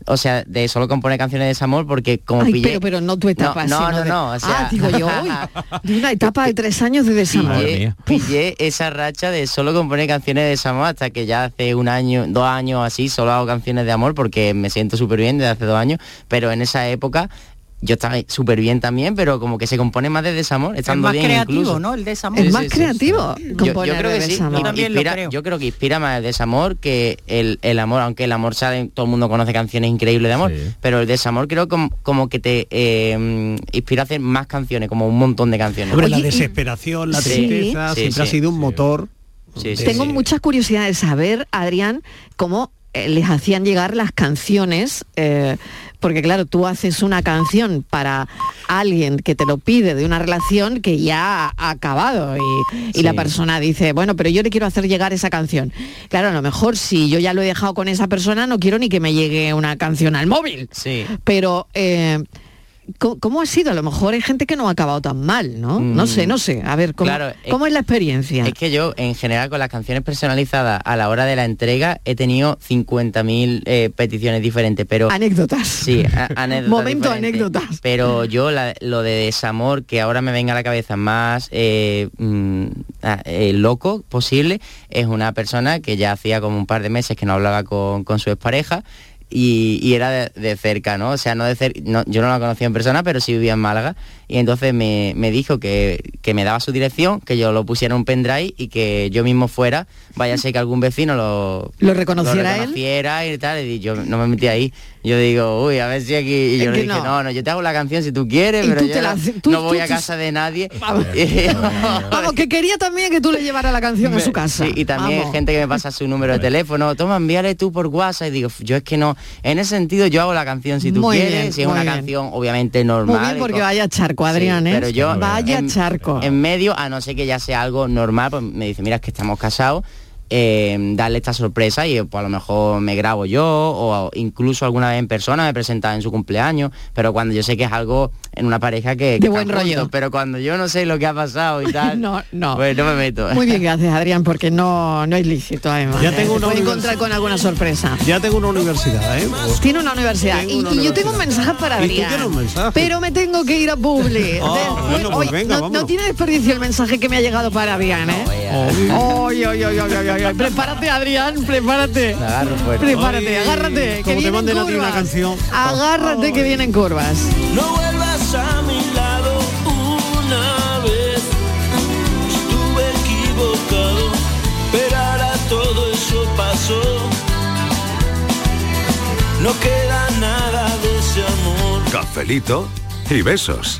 Speaker 11: O sea, de solo componer canciones de desamor porque como
Speaker 6: Ay,
Speaker 11: pillé-
Speaker 6: pero, pero no tu etapa.
Speaker 11: No, no,
Speaker 6: sino
Speaker 11: no,
Speaker 6: de-
Speaker 11: no, o sea-
Speaker 6: Ah, digo
Speaker 11: [LAUGHS]
Speaker 6: yo, uy, de una etapa de tres años de desamor.
Speaker 11: pillé, pillé esa racha de solo componer canciones de desamor hasta que ya hace un año, dos años así, solo hago canciones de amor porque me siento súper bien desde hace dos años, pero en esa época yo estaba súper bien también, pero como que se compone más de desamor,
Speaker 9: Es
Speaker 11: estando
Speaker 9: más
Speaker 11: bien
Speaker 9: creativo,
Speaker 11: incluso.
Speaker 9: ¿no? El desamor.
Speaker 11: Es Sí, más sí, sí,
Speaker 6: creativo
Speaker 11: Yo, yo creo que sí,
Speaker 9: Yo también lo
Speaker 11: inspira-
Speaker 9: creo.
Speaker 11: yo creo que inspira más el desamor que el, el amor, aunque el amor sabe, todo el mundo conoce canciones increíbles de amor, pero el desamor creo com- como, que te eh, inspira a hacer más canciones, como un montón de canciones.
Speaker 10: Hombre, la desesperación, la
Speaker 11: Sí,
Speaker 10: tristeza,
Speaker 11: sí,
Speaker 10: siempre ha
Speaker 11: sí.
Speaker 10: sido un motor.
Speaker 11: Sí, sí,
Speaker 6: Tengo
Speaker 11: sí.
Speaker 6: muchas curiosidades de saber, Adrián, cómo eh, les hacían llegar las canciones, eh, porque claro, tú haces una canción para alguien que te lo pide de una relación que ya ha acabado y, y la persona dice, bueno, pero yo le quiero hacer llegar esa canción. Claro, a lo mejor si yo ya lo he dejado con esa persona, no quiero ni que me llegue una canción al móvil.
Speaker 11: Sí.
Speaker 6: Pero... eh, ¿Cómo cómo ha sido? A lo mejor hay gente que no ha acabado tan mal, ¿no? No
Speaker 11: Mm.
Speaker 6: sé, no sé. A ver, ¿cómo,
Speaker 11: Claro, es-
Speaker 6: cómo es la experiencia?
Speaker 11: Es que yo, en general, con las canciones personalizadas a la hora de la entrega, he tenido 50.000 eh, peticiones diferentes, pero...
Speaker 6: Anécdotas.
Speaker 11: Sí, a-
Speaker 6: [LAUGHS]
Speaker 11: anécdotas.
Speaker 6: Momento
Speaker 11: diferentes.
Speaker 6: anécdotas.
Speaker 11: [LAUGHS] Pero yo, la- lo de desamor, que ahora me venga a la cabeza más eh, mm, ah, eh, loco posible, es una persona que ya hacía como un par de meses que no hablaba con, con su expareja. Y, y era de, de cerca, ¿no? O sea, no de cer- no, yo no la conocía en persona, pero sí vivía en Málaga. Y entonces me, me dijo que, que me daba su dirección, que yo lo pusiera en un pendrive y que yo mismo fuera, vaya a ser que algún vecino lo,
Speaker 6: ¿Lo reconociera él?
Speaker 11: reconociera y tal. Y yo no me metí ahí. Yo digo, uy, a ver si aquí... Y yo
Speaker 6: Es
Speaker 11: le
Speaker 6: que
Speaker 11: dije,
Speaker 6: no.
Speaker 11: no, no, yo te hago la canción si tú quieres,
Speaker 6: Y
Speaker 11: pero
Speaker 6: tú
Speaker 11: yo
Speaker 6: te la- tú-
Speaker 11: no voy
Speaker 6: tú-
Speaker 11: a casa
Speaker 9: [LAUGHS]
Speaker 11: de nadie. [LAUGHS]
Speaker 6: [LAUGHS] Vamos, que quería también que tú le llevaras la canción a su casa.
Speaker 11: Sí, y también
Speaker 6: Vamos.
Speaker 11: gente que me pasa su número de teléfono, toma, envíale tú por WhatsApp y digo, yo es que no, en ese sentido yo hago la canción si tú
Speaker 6: Muy
Speaker 11: quieres,
Speaker 6: bien,
Speaker 11: si es
Speaker 6: muy
Speaker 11: una
Speaker 6: bien.
Speaker 11: canción obviamente
Speaker 6: Muy
Speaker 11: normal.
Speaker 6: bien,
Speaker 11: y
Speaker 6: porque
Speaker 11: con-
Speaker 6: vaya charco, Adrián, ¿eh?
Speaker 11: pero yo
Speaker 6: vaya
Speaker 11: en,
Speaker 6: charco.
Speaker 11: en medio, a no ser que ya sea algo normal, pues me dice, mira, es que estamos casados, eh, darle esta sorpresa y pues, a lo mejor me grabo yo o incluso alguna vez en persona me he presentado en su cumpleaños, pero cuando yo sé que es algo en una pareja que... que
Speaker 6: De
Speaker 11: están
Speaker 6: buen rollo.
Speaker 11: juntos, pero cuando yo no sé lo que ha pasado
Speaker 6: [LAUGHS]
Speaker 11: y tal...
Speaker 6: No, no.
Speaker 11: Pues no me meto.
Speaker 6: [LAUGHS] Muy bien, gracias Adrián, porque no, no es lícito además.
Speaker 10: Ya
Speaker 6: ¿eh?
Speaker 10: tengo
Speaker 6: Te
Speaker 10: una
Speaker 6: puede
Speaker 10: univers-
Speaker 6: encontrar con alguna sorpresa.
Speaker 10: Ya tengo una universidad, ¿eh?
Speaker 6: Tiene una universidad. y, y yo tengo un mensaje para
Speaker 10: Y tú
Speaker 6: Adrián.
Speaker 10: tienes un mensaje.
Speaker 6: Pero me tengo que ir
Speaker 10: [LAUGHS]
Speaker 6: a Publi.
Speaker 10: Ah,
Speaker 6: Después-
Speaker 10: bueno, pues
Speaker 6: Oye,
Speaker 10: venga,
Speaker 6: no- no,
Speaker 10: vámonos.
Speaker 6: tiene desperdicio el mensaje que me ha llegado para Adrián, ¿eh? Ay, ay, ay, ay, ay, ay, ay. Prepárate, Adrián, prepárate. Prepárate,
Speaker 10: Ay,
Speaker 6: agárrate. Que
Speaker 10: como te
Speaker 6: vienen
Speaker 10: manden a ti una
Speaker 6: curvas.
Speaker 10: canción.
Speaker 6: Agárrate que vienen curvas.
Speaker 13: No vuelvas a mi lado una vez. Estuve equivocado, pero ahora todo eso pasó. No queda nada de ese amor.
Speaker 3: Cafelito y besos.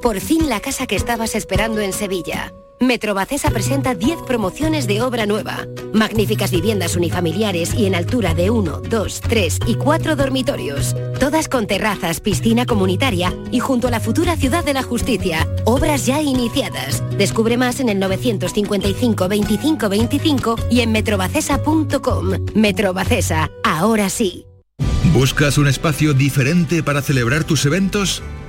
Speaker 16: Por fin la casa que estabas esperando en Sevilla. Metrobacesa presenta 10 promociones de obra nueva. Magníficas viviendas unifamiliares y en altura de 1, 2, 3 y 4 dormitorios. Todas con terrazas, piscina comunitaria y junto a la futura Ciudad de la Justicia. Obras ya iniciadas. Descubre más en el 955 25 25 y en metrobacesa.com. Metrobacesa, ahora sí.
Speaker 17: ¿Buscas un espacio diferente para celebrar tus eventos?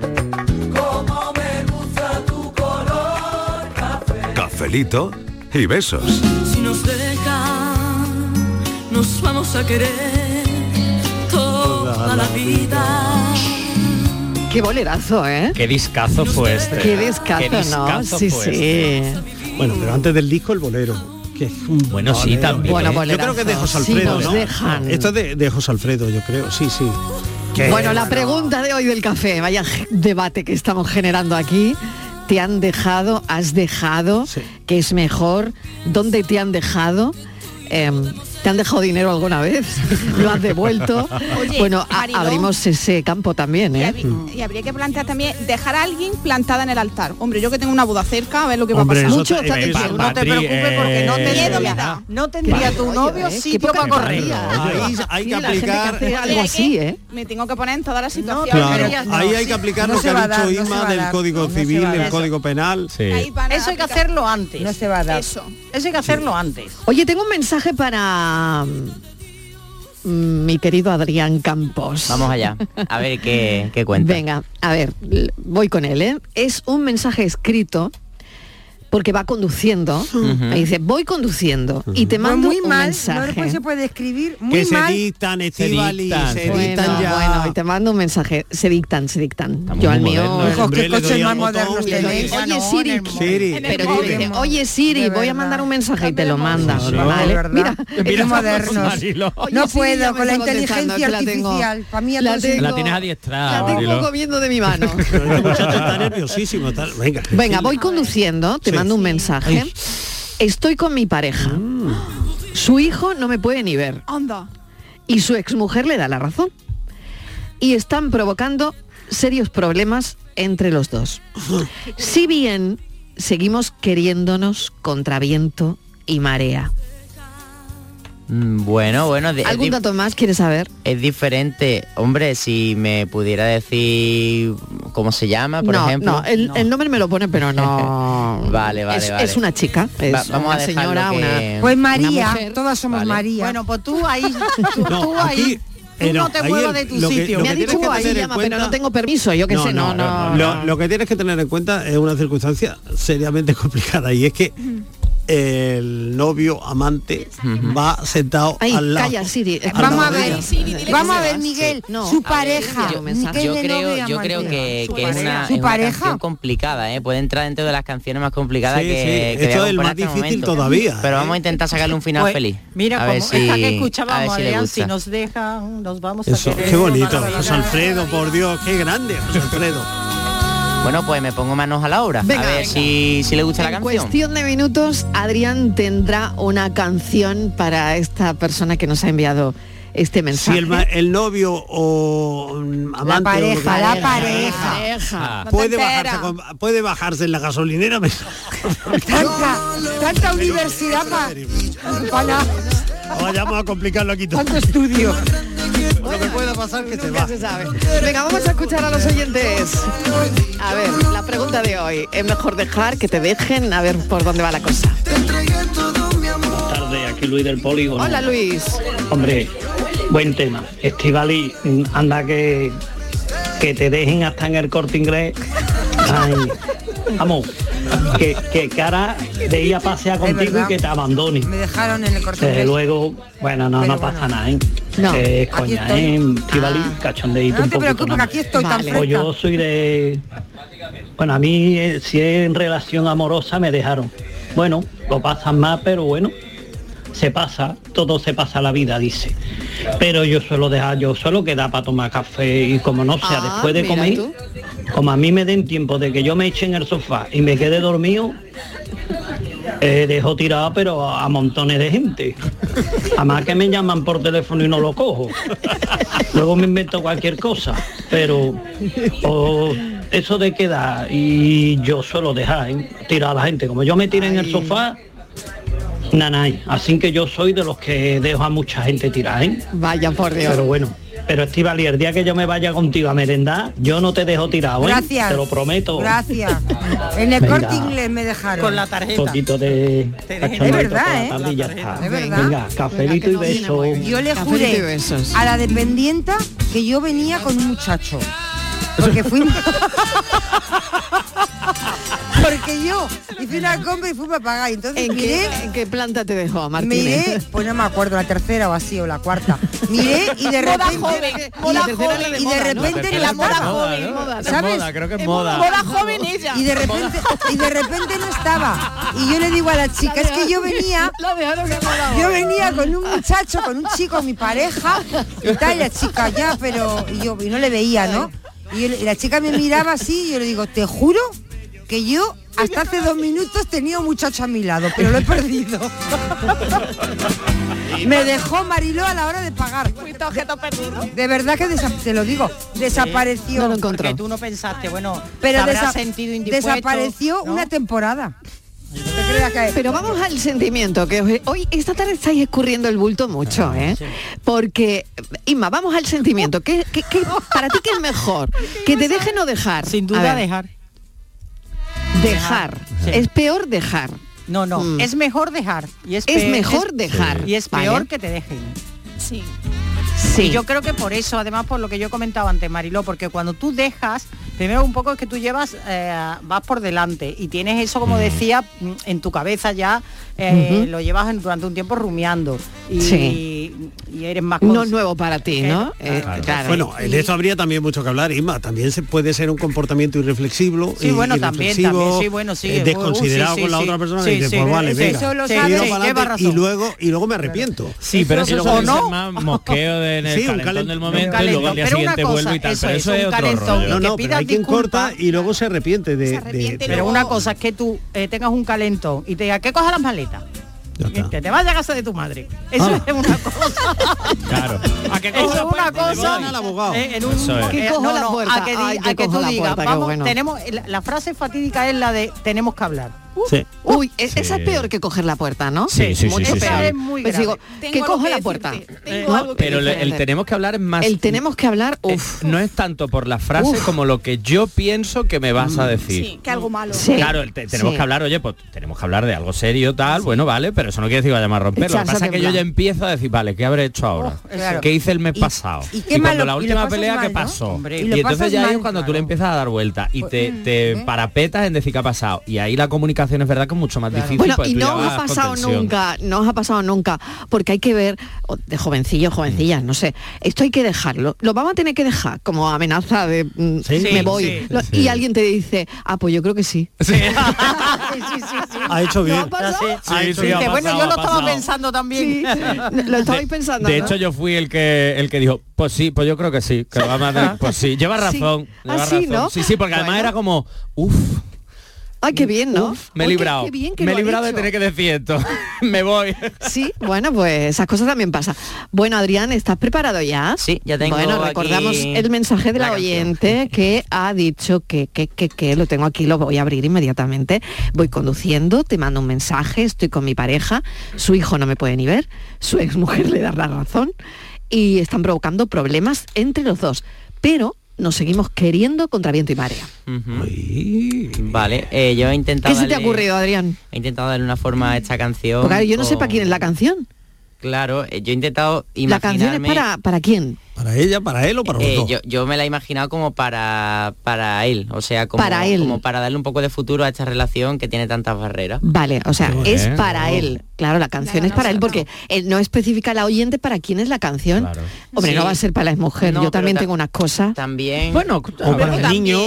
Speaker 18: Como me gusta tu color café.
Speaker 3: Cafelito y besos.
Speaker 13: Si nos dejan, nos vamos a querer toda la vida.
Speaker 6: Qué bolerazo, ¿eh?
Speaker 8: Qué discazo fue este.
Speaker 6: Qué descazo,
Speaker 8: Qué discazo
Speaker 6: ¿no? Sí,
Speaker 8: fue
Speaker 6: sí.
Speaker 10: Bueno, pero antes del disco el bolero. Que es un
Speaker 8: Bueno, sí,
Speaker 10: bolero.
Speaker 8: también, Bueno, ¿eh?
Speaker 10: yo
Speaker 8: bolerazo.
Speaker 10: creo que es de José
Speaker 8: Sí,
Speaker 10: Alfredo,
Speaker 8: nos
Speaker 10: ¿no?
Speaker 8: dejan.
Speaker 10: Esto es de, de José Alfredo, yo creo, sí, sí. Que-
Speaker 6: Bueno, la pregunta de hoy del café, vaya g- debate que estamos generando aquí. ¿Te han dejado? ¿Has dejado? ¿Qué es mejor? ¿Dónde te han dejado? Em, ¿Te han dejado dinero alguna vez? ¿Lo has devuelto?
Speaker 12: [LAUGHS] Oye,
Speaker 6: bueno, a-
Speaker 12: Mariló.
Speaker 6: abrimos ese campo también, ¿eh?
Speaker 12: Y habría que plantear también dejar a alguien plantada en el altar. Hombre, yo que tengo una boda cerca, a ver lo que
Speaker 6: Hombre,
Speaker 12: va a pasar.
Speaker 6: eso Mucho está- está eh, diciendo, pa- no te Patri, preocupes porque no eh, tendría-
Speaker 12: Miedo me da.
Speaker 9: No tendría
Speaker 10: ¿eh?
Speaker 9: tu novio
Speaker 12: si
Speaker 9: sitio para correr.
Speaker 10: Ahí hay que aplicar
Speaker 12: algo así, ¿eh? Me tengo que poner en todas las situaciones.
Speaker 10: Claro,
Speaker 12: Ya está.
Speaker 10: ahí hay que aplicar
Speaker 12: No
Speaker 10: lo que
Speaker 12: se va
Speaker 10: ha
Speaker 12: a
Speaker 10: dicho
Speaker 12: dar, no se
Speaker 10: Isma
Speaker 12: va a
Speaker 10: del
Speaker 12: dar.
Speaker 10: Código
Speaker 12: No se
Speaker 10: Civil,
Speaker 12: va a
Speaker 10: el
Speaker 12: dar.
Speaker 10: Código Penal.
Speaker 9: Eso hay que hacerlo antes. No se va a dar. Eso. Eso hay que hacerlo antes.
Speaker 6: Oye, tengo un mensaje para mm, mi querido Adrián Campos.
Speaker 11: [LAUGHS] Vamos allá. A ver qué, qué cuenta.
Speaker 6: Venga, a ver, l- voy con él, ¿eh? Es un mensaje escrito porque va conduciendo. Me dice, voy conduciendo y te
Speaker 14: Pues
Speaker 6: mando
Speaker 14: muy
Speaker 6: un
Speaker 14: mal, no
Speaker 6: mensaje.
Speaker 14: después se puede escribir muy
Speaker 6: se
Speaker 14: mal.
Speaker 10: dictan, Estivali,
Speaker 6: dictan.
Speaker 10: se
Speaker 6: bueno,
Speaker 10: dictan ya.
Speaker 6: bueno, y te mando un mensaje. Se dictan, se dictan. Yo al
Speaker 10: muy
Speaker 6: mío.
Speaker 10: modernos, Ojo, hombre, qué le doy coches al más botón modernos y
Speaker 6: Oye,
Speaker 10: tenéis. ya no, en
Speaker 6: Siri.
Speaker 10: el Siri. móvil.
Speaker 6: Pero tú
Speaker 10: En el
Speaker 6: dices,
Speaker 10: móvil.
Speaker 6: oye Siri, voy a mandar un mensaje y te lo manda.
Speaker 10: Sí, sí.
Speaker 6: ¿vale?
Speaker 10: De verdad.
Speaker 6: Mira,
Speaker 10: Mira,
Speaker 6: es
Speaker 10: modernos.
Speaker 6: [LAUGHS]
Speaker 8: Marilo.
Speaker 14: no
Speaker 6: Oye, Siri, ya
Speaker 14: puedo
Speaker 6: me
Speaker 14: con la
Speaker 6: está
Speaker 14: inteligencia
Speaker 6: contestando, es que la tengo-
Speaker 14: artificial. Para mí a
Speaker 6: la
Speaker 14: todo
Speaker 6: tengo-
Speaker 8: La tienes adiestrada.
Speaker 6: La tengo
Speaker 8: Marilo.
Speaker 6: comiendo de mi mano.
Speaker 10: Este muchacho está nerviosísimo. está- Venga,
Speaker 6: Venga, voy conduciendo, te mando un mensaje. Estoy con mi pareja. Su hijo no me puede ni ver. Y su exmujer le da la razón. Y están provocando serios problemas entre los dos. Si bien seguimos queriéndonos contra viento y marea.
Speaker 11: Mm, Bueno, bueno. de-
Speaker 6: ¿Algún
Speaker 11: di-
Speaker 6: dato más quieres saber?
Speaker 11: Es diferente, hombre, si me pudiera decir cómo se llama, por
Speaker 6: no,
Speaker 11: ejemplo.
Speaker 6: no, el, el nombre me lo pone, pero no.
Speaker 11: [LAUGHS] Vale, vale,
Speaker 6: es,
Speaker 11: vale.
Speaker 6: es una chica, es
Speaker 11: Va- vamos a
Speaker 6: una
Speaker 11: dejarlo
Speaker 6: señora,
Speaker 11: que-
Speaker 6: Em, una.
Speaker 11: Pues
Speaker 14: María,
Speaker 6: mujer.
Speaker 14: todas somos María.
Speaker 9: Bueno, pues
Speaker 14: [LAUGHS]
Speaker 9: tú ahí, tú,
Speaker 6: No,
Speaker 9: tú ahí,
Speaker 6: aquí-
Speaker 9: tú
Speaker 10: eh, no,
Speaker 9: no te
Speaker 10: ahí
Speaker 9: muevas
Speaker 10: el-
Speaker 9: de tu
Speaker 10: lo que-
Speaker 9: sitio.
Speaker 10: lo Me que ha tienes dicho que ahí, tener en llama, pero
Speaker 6: no tengo permiso, yo qué sé, no, no.
Speaker 10: Lo, lo que tienes que tener en cuenta es una circunstancia seriamente [LAUGHS] complicada y es que el novio amante va sentado
Speaker 6: Ay,
Speaker 10: al lado.
Speaker 6: calla, Siri.
Speaker 10: al
Speaker 14: Vamos a
Speaker 10: lado de
Speaker 14: ver,
Speaker 10: ella.
Speaker 14: vamos a ver, Miguel,
Speaker 6: No,
Speaker 14: su
Speaker 11: a ver,
Speaker 14: pareja.
Speaker 11: yo-
Speaker 14: Miguel
Speaker 11: yo
Speaker 14: de
Speaker 11: creo,
Speaker 14: novia,
Speaker 11: yo creo
Speaker 14: María.
Speaker 11: que,
Speaker 14: Su
Speaker 11: que es
Speaker 14: pareja.
Speaker 11: una,
Speaker 14: Su
Speaker 11: es una
Speaker 14: pareja.
Speaker 11: canción complicada, ¿eh? puede entrar dentro de las canciones más complicadas
Speaker 10: Sí,
Speaker 11: que,
Speaker 10: sí,
Speaker 11: que
Speaker 10: esto
Speaker 11: voy a
Speaker 10: es el
Speaker 11: componer
Speaker 10: más
Speaker 11: hasta el
Speaker 10: difícil
Speaker 11: momento.
Speaker 10: todavía,
Speaker 11: Pero
Speaker 10: ¿eh?
Speaker 11: vamos a intentar sacarle un final
Speaker 9: Pues,
Speaker 11: feliz.
Speaker 9: Mira,
Speaker 11: a ver
Speaker 9: como
Speaker 11: si,
Speaker 9: esta que
Speaker 11: a ver
Speaker 9: escuchábamos,
Speaker 11: si le
Speaker 9: Adrián,
Speaker 11: gusta.
Speaker 9: si nos dejan, nos vamos
Speaker 10: Eso,
Speaker 9: a querer.
Speaker 10: qué bonito.
Speaker 9: toda la vida.
Speaker 10: José Alfredo, por Dios, qué grande, José Alfredo.
Speaker 11: Bueno, pues me pongo manos a la obra.
Speaker 6: Venga,
Speaker 11: a ver si, si le gusta la
Speaker 6: en
Speaker 11: canción.
Speaker 6: cuestión de minutos, Adrián tendrá una canción para esta persona que nos ha enviado este mensaje.
Speaker 10: Si el, ma- el novio o mm, amante o lo que
Speaker 6: pareja,
Speaker 10: sea,
Speaker 6: la pareja. Pareja. No te
Speaker 10: puede
Speaker 6: enteras.
Speaker 10: bajarse con- puede bajarse en la gasolinera [LAUGHS] me-
Speaker 14: Tanta, tanta universidad para...
Speaker 10: vayamos a complicarlo aquí todo
Speaker 14: Tanto estudio.
Speaker 10: lo que pueda pasar que se va
Speaker 6: Venga, vamos a escuchar a los oyentes. A ver, la pregunta de hoy. ¿Es mejor dejar que te dejen? A ver por dónde va la cosa.
Speaker 1: tarde, aquí Luis del Polígono.
Speaker 6: Hola Luis.
Speaker 1: Hombre, buen tema. Estivali, anda que, que te dejen hasta en el corte inglés. Ay, vamos, que, que cara de ir a pasear contigo y que te abandone.
Speaker 14: Me dejaron en el corte
Speaker 1: Desde
Speaker 14: inglés.
Speaker 1: luego, bueno, no, no pasa nada, ¿eh?
Speaker 14: No,
Speaker 1: Eh,
Speaker 14: aquí
Speaker 1: coña,
Speaker 14: estoy. Ah.
Speaker 1: ¿eh? Estivali, cachondeíto
Speaker 14: No
Speaker 1: un
Speaker 14: te
Speaker 1: poquito nada
Speaker 14: preocupes, que
Speaker 1: más.
Speaker 14: aquí estoy tan
Speaker 1: O yo
Speaker 14: fresca.
Speaker 1: soy de... Bueno, a mí eh, si es en relación amorosa me dejaron. Bueno, lo pasan más, pero bueno, se pasa, todo se pasa la vida, dice. Pero yo suelo dejar, yo suelo quedar para tomar café y como no sea,
Speaker 19: Ah,
Speaker 1: después de
Speaker 19: mira
Speaker 1: comer,
Speaker 19: tú.
Speaker 1: como a mí me den tiempo de que yo me eche en el sofá y me quede dormido, eh, dejo tirado pero a, a montones de gente. Además que me llaman por teléfono y no lo cojo. Luego me invento cualquier cosa, pero o eso de quedar y yo suelo dejar ¿eh? tirar a la gente. Como yo me tiro en el sofá, nanay. Así que yo soy de los que dejo a mucha gente tirar. ¿eh?
Speaker 6: Vaya por Dios.
Speaker 1: Pero bueno. Pero Estivali, el día que yo me vaya contigo a merendar, yo no te dejo tirado, ¿eh?
Speaker 14: Gracias.
Speaker 1: Te lo prometo.
Speaker 14: Gracias. En el
Speaker 1: Venga.
Speaker 14: corte inglés me dejaron. Con la
Speaker 1: Un poquito de cachondeito
Speaker 14: Es verdad,
Speaker 1: por la
Speaker 14: ¿eh?
Speaker 1: tarde y ya está.
Speaker 14: verdad.
Speaker 1: Venga, cafelito y beso.
Speaker 14: Yo le juré a la dependienta que yo venía con un muchacho. Porque fuimos. [LAUGHS] porque yo hice una compra y fui para pagar. Entonces
Speaker 6: ¿En qué,
Speaker 14: miré,
Speaker 6: en qué planta te dejó, Martínez?
Speaker 14: miré, pues no me acuerdo, la tercera o así, o la cuarta. Miré y de
Speaker 6: [LAUGHS] Moda
Speaker 14: repente.
Speaker 6: joven,
Speaker 14: y
Speaker 6: moda
Speaker 14: de tercera
Speaker 6: joven.
Speaker 14: la de moda, ¿no?
Speaker 6: Y de repente
Speaker 14: Tercera
Speaker 6: la
Speaker 14: es
Speaker 6: moda
Speaker 14: joven,
Speaker 8: ¿no?
Speaker 14: moda,
Speaker 8: Es
Speaker 14: ¿sabes?
Speaker 8: moda, creo que es
Speaker 14: Es
Speaker 8: moda.
Speaker 14: moda
Speaker 6: joven ella.
Speaker 14: Y de repente, y de repente no estaba. Y yo le digo a la chica,
Speaker 6: La
Speaker 14: es que yo
Speaker 6: dejaron-
Speaker 14: venía.
Speaker 6: [LAUGHS] la
Speaker 14: [LAUGHS]
Speaker 6: dejaron que mola.
Speaker 14: Yo venía con un muchacho, con un chico, mi pareja, y tal, y la chica ya, pero y yo y no le veía, ¿no? Y, yo- y la chica me miraba así y yo le digo, te juro que yo hasta hace dos minutos tenía un muchacho a mi lado, pero lo
Speaker 10: [LAUGHS]
Speaker 14: he perdido. Me dejó Mariló a la hora de pagar. De verdad que desa- te lo digo, desapareció.
Speaker 9: Porque tú no pensaste, bueno,
Speaker 14: Pero
Speaker 9: pero te habrás
Speaker 14: desa-
Speaker 9: sentido indispuesto.
Speaker 14: desapareció una temporada.
Speaker 6: Pero vamos al sentimiento, que os- hoy esta tarde estáis escurriendo el bulto
Speaker 8: Ah,
Speaker 6: mucho, ¿eh? Porque, Inma, vamos al sentimiento. ¿Qué, qué- qué- para ti qué
Speaker 9: [LAUGHS]
Speaker 6: es mejor? ¿Que te dejen o dejar? Sin
Speaker 9: duda dejar.
Speaker 6: Dejar.
Speaker 9: Sí.
Speaker 6: Es peor dejar.
Speaker 9: No, no,
Speaker 6: Mm.
Speaker 9: es mejor dejar. Y es,
Speaker 6: Es
Speaker 9: pe-
Speaker 6: mejor dejar,
Speaker 9: Y es
Speaker 6: ¿vale?
Speaker 9: peor que te dejen. Sí.
Speaker 6: Sí.
Speaker 9: Y yo creo que por eso, además por lo que yo he comentado antes, Mariló, porque cuando tú dejas, primero un poco es que tú llevas, eh, vas por delante y tienes eso, como decía, mm, en tu cabeza ya, eh,
Speaker 6: Ujú.
Speaker 9: lo llevas en- durante un tiempo rumiando. Y,
Speaker 6: Sí.
Speaker 9: y eres más...
Speaker 6: No
Speaker 9: cons-
Speaker 6: es nuevo para ti, ¿no? Eh, claro.
Speaker 10: Bueno, en eso habría también mucho que hablar, Inma. También se puede ser un comportamiento irreflexible.
Speaker 9: Sí,
Speaker 10: i-
Speaker 9: bueno, también,
Speaker 10: irreflexivo,
Speaker 9: también, sí, bueno, sí,
Speaker 10: eh,
Speaker 9: uh,
Speaker 10: desconsiderado
Speaker 9: sí,
Speaker 10: con
Speaker 9: sí,
Speaker 10: la
Speaker 9: sí.
Speaker 10: otra persona.
Speaker 9: Sí,
Speaker 10: y dices,
Speaker 9: sí,
Speaker 10: pues
Speaker 9: sí,
Speaker 10: vale,
Speaker 9: sí,
Speaker 10: venga.
Speaker 9: eso lo
Speaker 10: tiro
Speaker 9: sabe,
Speaker 10: para
Speaker 9: lleva
Speaker 10: adelante y
Speaker 9: razón.
Speaker 10: luego y luego me arrepiento.
Speaker 8: Sí, pero eso,
Speaker 10: ¿O
Speaker 8: puede ser
Speaker 10: no?
Speaker 8: más
Speaker 10: [LAUGHS]
Speaker 8: mosqueo de en el
Speaker 10: Sí, un
Speaker 8: calentón
Speaker 10: calen-
Speaker 8: del
Speaker 10: un
Speaker 8: momento y luego
Speaker 10: calentón.
Speaker 8: al día
Speaker 10: Pero una
Speaker 8: siguiente
Speaker 10: cosa,
Speaker 8: vuelvo y tal.
Speaker 10: eso
Speaker 8: pero
Speaker 10: es,
Speaker 8: eso
Speaker 10: un
Speaker 8: es otro
Speaker 10: calentón
Speaker 8: rollo.
Speaker 10: y No, no, que pero pidas hay quien disculpas. corta y luego se arrepiente de- Se arrepiente
Speaker 9: Pero una cosa es que tú eh, tengas un calentón y te diga que coja las maletas. Que te vayas a casa de tu madre. Eso
Speaker 10: Ah.
Speaker 9: es una cosa.
Speaker 8: Claro.
Speaker 9: ¿A que cojo
Speaker 8: Eso
Speaker 9: la
Speaker 8: es una
Speaker 9: puerta, que
Speaker 8: cosa-
Speaker 9: voy al abogado. Eh, en un-
Speaker 8: Eso es.
Speaker 9: eh,
Speaker 8: Que cojo
Speaker 9: no,
Speaker 8: la
Speaker 9: no,
Speaker 8: puerta.
Speaker 9: a que, di-
Speaker 8: Ay,
Speaker 9: a
Speaker 8: que
Speaker 9: que
Speaker 8: cojo
Speaker 9: tú
Speaker 8: la
Speaker 9: digas,
Speaker 8: puerta, qué
Speaker 9: vamos,
Speaker 8: bueno.
Speaker 9: tenemos, eh, la, la frase fatídica es la de tenemos que hablar.
Speaker 10: Sí.
Speaker 6: Uy, e- esa es peor que coger la puerta, ¿no?
Speaker 8: Ah. Sí, sí, sí,
Speaker 6: Mucho
Speaker 8: sí, sí.
Speaker 6: peor.
Speaker 8: Esa es
Speaker 9: muy
Speaker 6: Pues
Speaker 9: grave.
Speaker 6: digo,
Speaker 9: Tengo
Speaker 6: que
Speaker 9: algo
Speaker 6: coja
Speaker 9: que
Speaker 6: la
Speaker 9: decirte,
Speaker 6: puerta.
Speaker 9: tengo
Speaker 6: ¿no?
Speaker 9: algo
Speaker 8: Pero el- el tenemos que hablar es más... Eh,
Speaker 6: El tenemos que hablar, uff.
Speaker 8: no es tanto por la frase como lo que yo pienso que me vas a decir.
Speaker 12: que algo malo.
Speaker 8: Claro, el te- tenemos que hablar, oye, pues tenemos que hablar de algo serio, tal, bueno, vale, pero eso no quiere decir que vayamos a romper. Lo que
Speaker 14: Echarse a
Speaker 8: pasa es que yo
Speaker 14: temblar.
Speaker 8: ya empiezo a decir, vale, ¿qué habré hecho ahora?
Speaker 14: claro.
Speaker 8: ¿Qué hice el mes pasado?
Speaker 14: y
Speaker 8: Y,
Speaker 14: qué
Speaker 8: cuando
Speaker 14: malo- y
Speaker 8: la
Speaker 14: lo
Speaker 8: última
Speaker 14: pasas
Speaker 8: pelea,
Speaker 14: mal,
Speaker 8: ¿qué
Speaker 14: ¿no?
Speaker 8: pasó?
Speaker 14: Hombre. Y
Speaker 8: Y,
Speaker 14: lo
Speaker 8: entonces
Speaker 14: pasas
Speaker 8: ya
Speaker 14: mal, Pues, mm, ¿eh?
Speaker 8: es cuando tú le empiezas a dar vuelta y te, te parapetas en decir qué ha pasado. Y ahí la vacaciones, ¿verdad? Que es mucho más difícil.
Speaker 6: Bueno,
Speaker 8: porque
Speaker 6: y
Speaker 8: tú ya
Speaker 6: no os ha
Speaker 8: vas con
Speaker 6: pasado
Speaker 8: tensión.
Speaker 6: nunca, no os ha pasado nunca, porque hay que ver, o de jovencillos,
Speaker 8: Mm.
Speaker 6: jovencillas, no sé, esto hay que dejarlo, lo vamos a tener que dejar, como amenaza de mm,
Speaker 10: Sí,
Speaker 6: me
Speaker 10: sí,
Speaker 6: voy,
Speaker 10: sí,
Speaker 6: Lo-
Speaker 10: sí.
Speaker 6: y alguien te dice, ah, pues yo creo que sí. [LAUGHS] pues,
Speaker 10: Ha hecho bien.
Speaker 8: Sí, sí, ha pasado,
Speaker 9: bueno, yo lo
Speaker 8: ha
Speaker 9: estaba
Speaker 8: pasado.
Speaker 9: pensando también. [LAUGHS]
Speaker 6: Lo estabais pensando.
Speaker 8: De
Speaker 6: ¿no?
Speaker 8: hecho, yo fui el que el que dijo, pues sí, pues yo creo que sí, que lo vamos a
Speaker 6: [LAUGHS]
Speaker 8: tener- Pues sí, lleva
Speaker 6: Sí.
Speaker 8: razón.
Speaker 6: Ah,
Speaker 8: lleva
Speaker 6: sí,
Speaker 8: razón.
Speaker 6: ¿no?
Speaker 8: sí, sí, porque además
Speaker 6: Bueno.
Speaker 8: era como,
Speaker 6: Ay, qué bien, ¿no?
Speaker 8: me he
Speaker 6: Ay, qué-
Speaker 8: librado.
Speaker 6: qué bien que
Speaker 8: me he
Speaker 6: lo ha
Speaker 8: librado de
Speaker 6: dicho.
Speaker 8: tener que decir
Speaker 10: [LAUGHS]
Speaker 8: esto. [LAUGHS] me voy.
Speaker 6: Sí, bueno, pues esas cosas también pasan. Bueno, Adrián, ¿estás preparado ya?
Speaker 11: Sí, ya tengo
Speaker 6: Bueno,
Speaker 11: aquí
Speaker 6: recordamos el mensaje de la,
Speaker 11: la canción.
Speaker 6: oyente que ha dicho que, que, que, que lo tengo aquí, lo voy a abrir inmediatamente. Voy conduciendo, te mando un mensaje, estoy con mi pareja, su hijo no me puede ni ver, su exmujer le da la razón y están provocando problemas entre los dos. Pero nos seguimos queriendo contra viento y marea.
Speaker 11: Vale, eh, yo he intentado...
Speaker 6: ¿Qué se te ha
Speaker 11: darle-
Speaker 6: ocurrido, Adrián?
Speaker 11: He intentado darle una forma a esta canción.
Speaker 6: Porque yo no sé
Speaker 11: con-
Speaker 6: para quién es la canción.
Speaker 11: Claro, eh, yo he intentado
Speaker 6: La canción es
Speaker 11: imaginarme-
Speaker 6: para, para quién.
Speaker 10: Para ella, para él o para
Speaker 11: Eh,
Speaker 10: los dos.
Speaker 11: yo, yo me la he imaginado como para, para él, o sea, como
Speaker 6: Para él.
Speaker 11: como para darle un poco de futuro a esta relación que tiene tantas barreras.
Speaker 6: Vale, o sea,
Speaker 11: Qué
Speaker 6: es
Speaker 11: bonito.
Speaker 6: para él. Claro, la canción es para él porque él no especifica la oyente para quién es la canción. Hombre,
Speaker 11: Sí.
Speaker 6: no va a ser para la mujer.
Speaker 11: No,
Speaker 6: yo también
Speaker 11: pero ta-
Speaker 6: tengo unas cosas.
Speaker 11: También. ¿eh?
Speaker 6: Bueno,
Speaker 10: O para el niño,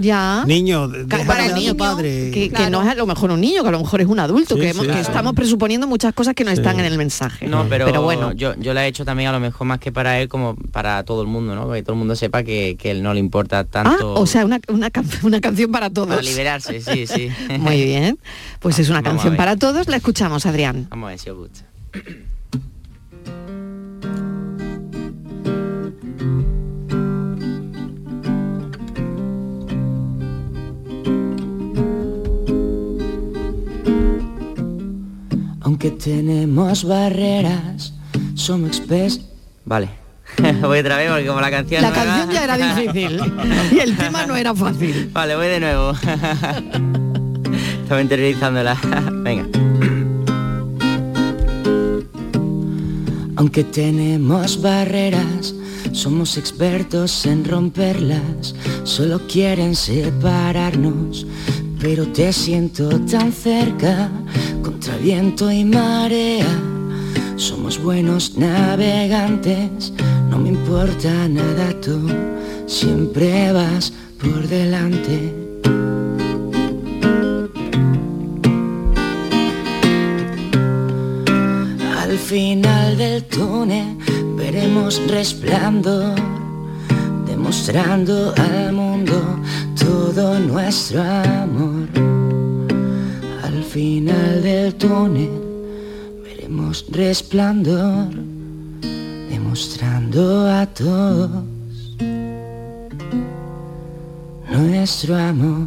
Speaker 6: ya.
Speaker 10: niño, de-
Speaker 6: Ca-
Speaker 10: de-
Speaker 6: para el
Speaker 10: de-
Speaker 6: niño,
Speaker 10: padre.
Speaker 6: Que, que no es a lo mejor un niño, que a lo mejor es un adulto,
Speaker 11: Sí,
Speaker 6: que,
Speaker 11: sí,
Speaker 6: hemos- que
Speaker 11: claro.
Speaker 6: estamos presuponiendo muchas cosas que no están en el mensaje.
Speaker 11: No, pero,
Speaker 6: bueno,
Speaker 11: yo, yo la he hecho también a lo mejor más que para él, como para todo el mundo, ¿no? Para que todo el mundo sepa que, que él no le importa
Speaker 6: Ah,
Speaker 11: tanto
Speaker 6: o sea, una, una can- [LAUGHS] una canción para todos.
Speaker 11: para liberarse, sí, sí.
Speaker 6: [LAUGHS] Muy bien. Pues es una
Speaker 11: Vamos a
Speaker 6: canción
Speaker 11: ver.
Speaker 6: para todos. La escuchamos, Adrián.
Speaker 11: Vamos a ver si os gusta.
Speaker 4: Aunque tenemos barreras, somos expes.
Speaker 11: Vale. [LAUGHS] voy otra vez porque como la canción...
Speaker 6: La
Speaker 11: no me va-
Speaker 6: canción
Speaker 11: [LAUGHS]
Speaker 6: ya era difícil [LAUGHS] y el tema no era fácil.
Speaker 11: Vale, voy de
Speaker 6: [LAUGHS]
Speaker 11: nuevo. Estaba interiorizándola. Venga.
Speaker 4: Aunque tenemos barreras, somos expertos en romperlas. Solo quieren separarnos, pero te siento tan cerca, contra viento y marea. Somos buenos navegantes, no me importa nada tú, siempre vas por delante. Al final del túnel veremos resplandor, demostrando al mundo todo nuestro amor. Al final del túnel veremos resplandor, demostrando a todos nuestro amor.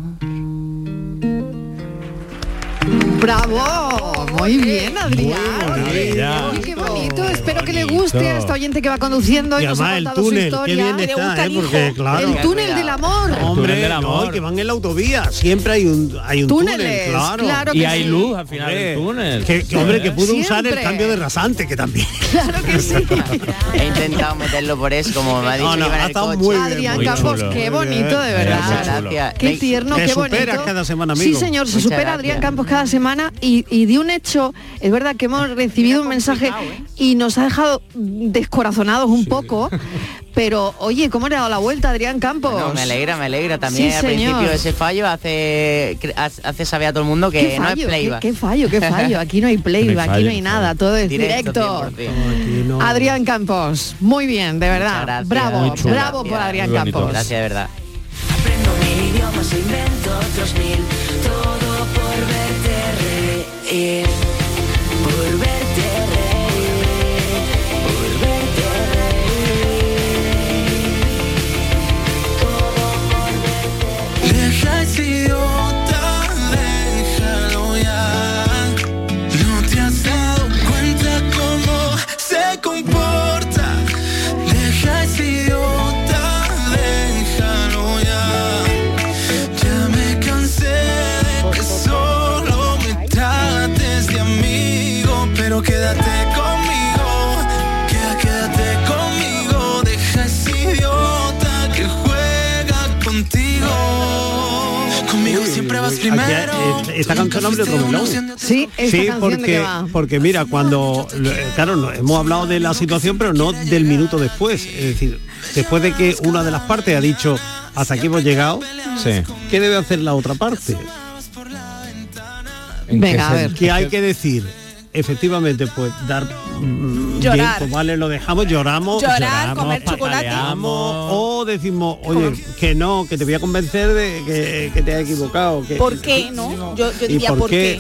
Speaker 6: ¡Bravo! Muy bien, Adrián. Uy, qué bonito. Espero que le guste a esta oyente que va conduciendo y,
Speaker 10: Y
Speaker 6: nos ha
Speaker 10: además el
Speaker 6: contado
Speaker 10: túnel,
Speaker 6: su
Speaker 10: qué
Speaker 6: historia.
Speaker 10: bien
Speaker 6: Le
Speaker 10: está,
Speaker 6: gusta
Speaker 10: ¿eh?
Speaker 6: el hijo.
Speaker 10: Porque, claro.
Speaker 6: El túnel del amor.
Speaker 10: Hombre,
Speaker 8: túnel del amor.
Speaker 10: no, y que van en la autovía. Siempre hay un, hay un
Speaker 6: Túneles,
Speaker 10: túnel, claro.
Speaker 6: claro que Y hay sí. luz al
Speaker 8: final del túnel.
Speaker 10: Que, que, hombre, que pudo usar el
Speaker 6: Siempre.
Speaker 10: cambio de rasante, que también.
Speaker 6: Claro que sí.
Speaker 11: He intentado meterlo por eso, como me ha dicho
Speaker 10: No, no,
Speaker 11: que iba en
Speaker 10: ha
Speaker 11: el
Speaker 10: estado
Speaker 11: coche.
Speaker 10: muy bien,
Speaker 6: Adrián Campos, qué bonito, de verdad.
Speaker 11: Muchas gracias.
Speaker 6: Qué
Speaker 11: Ven-
Speaker 6: tierno,
Speaker 10: Te
Speaker 6: qué bonito.
Speaker 10: superas cada semana, amigo.
Speaker 6: Sí, señor, se
Speaker 10: Muchas
Speaker 6: supera
Speaker 10: gracias.
Speaker 6: Adrián Campos cada semana y, y de un hecho, es verdad que hemos recibido un mensaje y nos ha dejado descorazonados un poco, pero oye, ¿cómo le ha dado la vuelta a Adrián Campos?
Speaker 11: No, me alegra, me alegra también.
Speaker 6: Sí,
Speaker 11: al
Speaker 6: señor.
Speaker 11: principio ese fallo hace, cre- hace saber a todo el mundo que
Speaker 6: ¿Qué
Speaker 11: no
Speaker 6: fallo?
Speaker 11: es playback.
Speaker 6: ¿Qué, qué fallo? ¿Qué fallo? Aquí no hay playback,
Speaker 11: No hay
Speaker 6: aquí
Speaker 11: fallo,
Speaker 6: no hay nada, todo es directo.
Speaker 11: 100%.
Speaker 6: Adrián Campos, muy bien, de verdad.
Speaker 11: gracias.
Speaker 6: Ah, bravo,
Speaker 11: Muy chulo.
Speaker 6: bravo por
Speaker 11: Gracias.
Speaker 6: Adrián
Speaker 11: Muy bonito.
Speaker 6: Campos.
Speaker 11: Gracias, de verdad.
Speaker 4: Aprendo mil idiomas e invento otros mil. Todo por verte reír. Por verte reír. Por verte reír. Deja ese idiota, déjalo ya. No te has dado cuenta cómo se comporta. Deja ese idiota, déjalo ya. Ya me cansé de que solo me trates de amor.
Speaker 10: aquí, eh, esta canción habla de otro melón.
Speaker 6: Sí, esta
Speaker 10: Sí,
Speaker 6: canción de qué
Speaker 10: porque,
Speaker 6: va.
Speaker 10: porque mira, cuando, eh, claro, no, hemos hablado de la situación, pero no del minuto después. Es decir, después de que una de las partes ha dicho, hasta aquí hemos llegado, ¿qué debe hacer la otra parte?
Speaker 6: ¿En qué Venga, a ver.
Speaker 10: ¿Qué hay que decir? Efectivamente, pues dar mm,
Speaker 12: Llorar.
Speaker 10: bien, pues vale, lo dejamos, lloramos,
Speaker 12: Llorar, comer chocolate.
Speaker 10: pataleamos, o decimos, oye, que no, que te voy a convencer de que, que te has equivocado. Que,
Speaker 12: ¿Por qué? ¿No? Yo, yo
Speaker 10: ¿Y
Speaker 12: diría
Speaker 10: por
Speaker 12: por qué.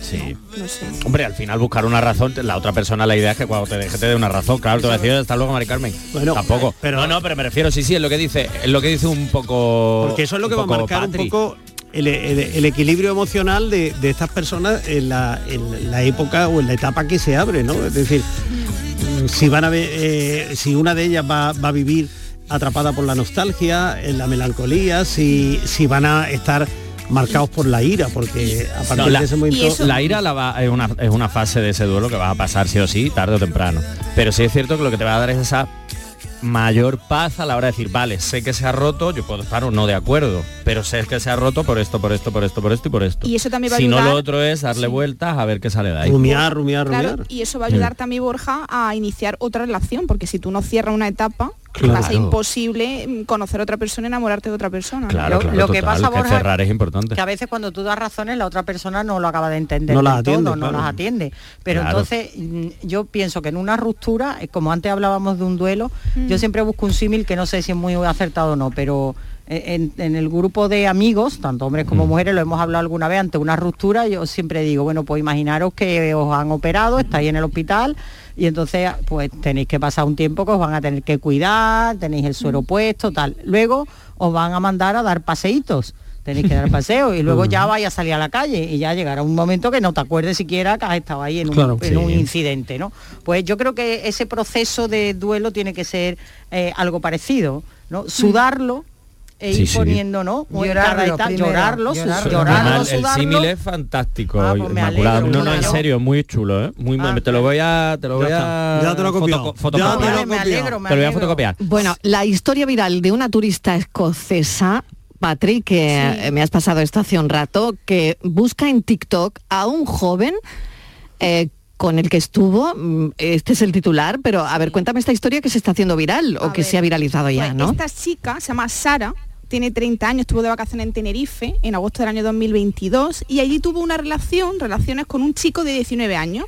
Speaker 8: Sí.
Speaker 12: No sé.
Speaker 8: Hombre, al final buscar una razón, la otra persona la idea es que cuando te deje te dé una razón, claro, te va a decir hasta luego Mari Carmen. tampoco. Pero no, no, pero me refiero, sí, sí, es lo que dice, es lo que dice un poco.
Speaker 10: Porque eso es lo que va a
Speaker 8: poco
Speaker 10: marcar
Speaker 8: Patri.
Speaker 10: un poco el, el- el equilibrio emocional de, de estas personas en la, en la época o en la etapa que se abre, ¿no? Es decir, mm, si van a ver, eh, si una de ellas va, va a vivir atrapada por la nostalgia, en la melancolía, si, si van a estar marcados por la ira, porque a partir
Speaker 8: No, la,
Speaker 10: de ese momento
Speaker 8: la ira la va- es, una, es una fase de ese duelo que vas a pasar sí o sí, tarde o temprano. Pero sí es cierto que lo que te va a dar es esa mayor paz a la hora de decir, vale, sé que se ha roto, yo puedo estar o no de acuerdo, pero sé que se ha roto por esto, por esto, por esto, por esto y por esto.
Speaker 12: Y eso también va a
Speaker 8: si no
Speaker 12: ayudar-
Speaker 8: lo otro es darle vueltas a ver qué sale de ahí.
Speaker 10: Rumiar, rumiar,
Speaker 12: Claro, y eso va a ayudar también Borja a iniciar otra relación, porque si tú no cierras una etapa, va a ser
Speaker 8: Claro.
Speaker 12: imposible mm, conocer a otra persona, enamorarte de otra persona.
Speaker 8: Claro,
Speaker 9: Lo-
Speaker 8: claro,
Speaker 9: lo que
Speaker 8: total,
Speaker 9: pasa, Borja,
Speaker 8: cerrar es importante.
Speaker 9: que a veces cuando tú das razones la otra persona no lo acaba de entender
Speaker 8: No
Speaker 9: del
Speaker 8: las atiende,
Speaker 9: todo, no
Speaker 8: claro.
Speaker 9: las atiende pero
Speaker 8: Claro.
Speaker 9: entonces mm, yo pienso que en una ruptura eh, como antes hablábamos de un duelo yo siempre busco un símil que no sé si es muy acertado o no pero eh, en, en el grupo de amigos, tanto hombres
Speaker 8: Mm.
Speaker 9: como mujeres, lo hemos hablado alguna vez, ante una ruptura yo siempre digo, bueno, pues imaginaros que os han operado, estáis en el hospital y entonces pues tenéis que pasar un tiempo que os van a tener que cuidar, tenéis el suero puesto, tal. Luego os van a mandar a dar paseitos tenéis que dar paseo y luego ya vaya a salir a la calle y ya llegará un momento que no te acuerdes siquiera que has estado ahí en un,
Speaker 5: Claro.
Speaker 9: en
Speaker 5: Sí.
Speaker 9: un incidente, ¿no? Pues yo creo que ese proceso de duelo tiene que ser eh, algo parecido, ¿no? Sudarlo e ir
Speaker 8: Sí, sí.
Speaker 9: poniendo, ¿no? Una
Speaker 14: Llorarlo
Speaker 9: cada etapa-
Speaker 14: primero,
Speaker 9: llorarlo, su-
Speaker 14: llorarlo.
Speaker 9: llorarlo,
Speaker 8: Además, el
Speaker 9: sudarlo.
Speaker 8: símil es fantástico,
Speaker 9: me
Speaker 8: inmaculado.
Speaker 9: alegro,
Speaker 8: no, no, en
Speaker 9: claro.
Speaker 8: serio, muy chulo, ¿eh? Muy, te lo voy a, te lo voy a,
Speaker 10: Ya te lo he copiado.
Speaker 8: fotoco-
Speaker 10: Ya
Speaker 8: fotocopiar.
Speaker 10: te lo he
Speaker 8: Vale, me
Speaker 10: copiado.
Speaker 8: alegro, me Te lo voy a fotocopiar.
Speaker 6: Bueno, la historia viral de una turista escocesa, Patrick, que eh, me has pasado esto hace un rato, que busca en TikTok a un joven eh, con el que estuvo, mm, este es el titular, pero a ver, cuéntame esta historia que se está haciendo viral o que se ha viralizado
Speaker 11: Pues
Speaker 6: ya, ¿no?
Speaker 12: Esta chica se llama Sara, tiene 30 años, estuvo de vacaciones en Tenerife en agosto del año 2022 y allí tuvo una relación, relaciones con un chico de 19 años.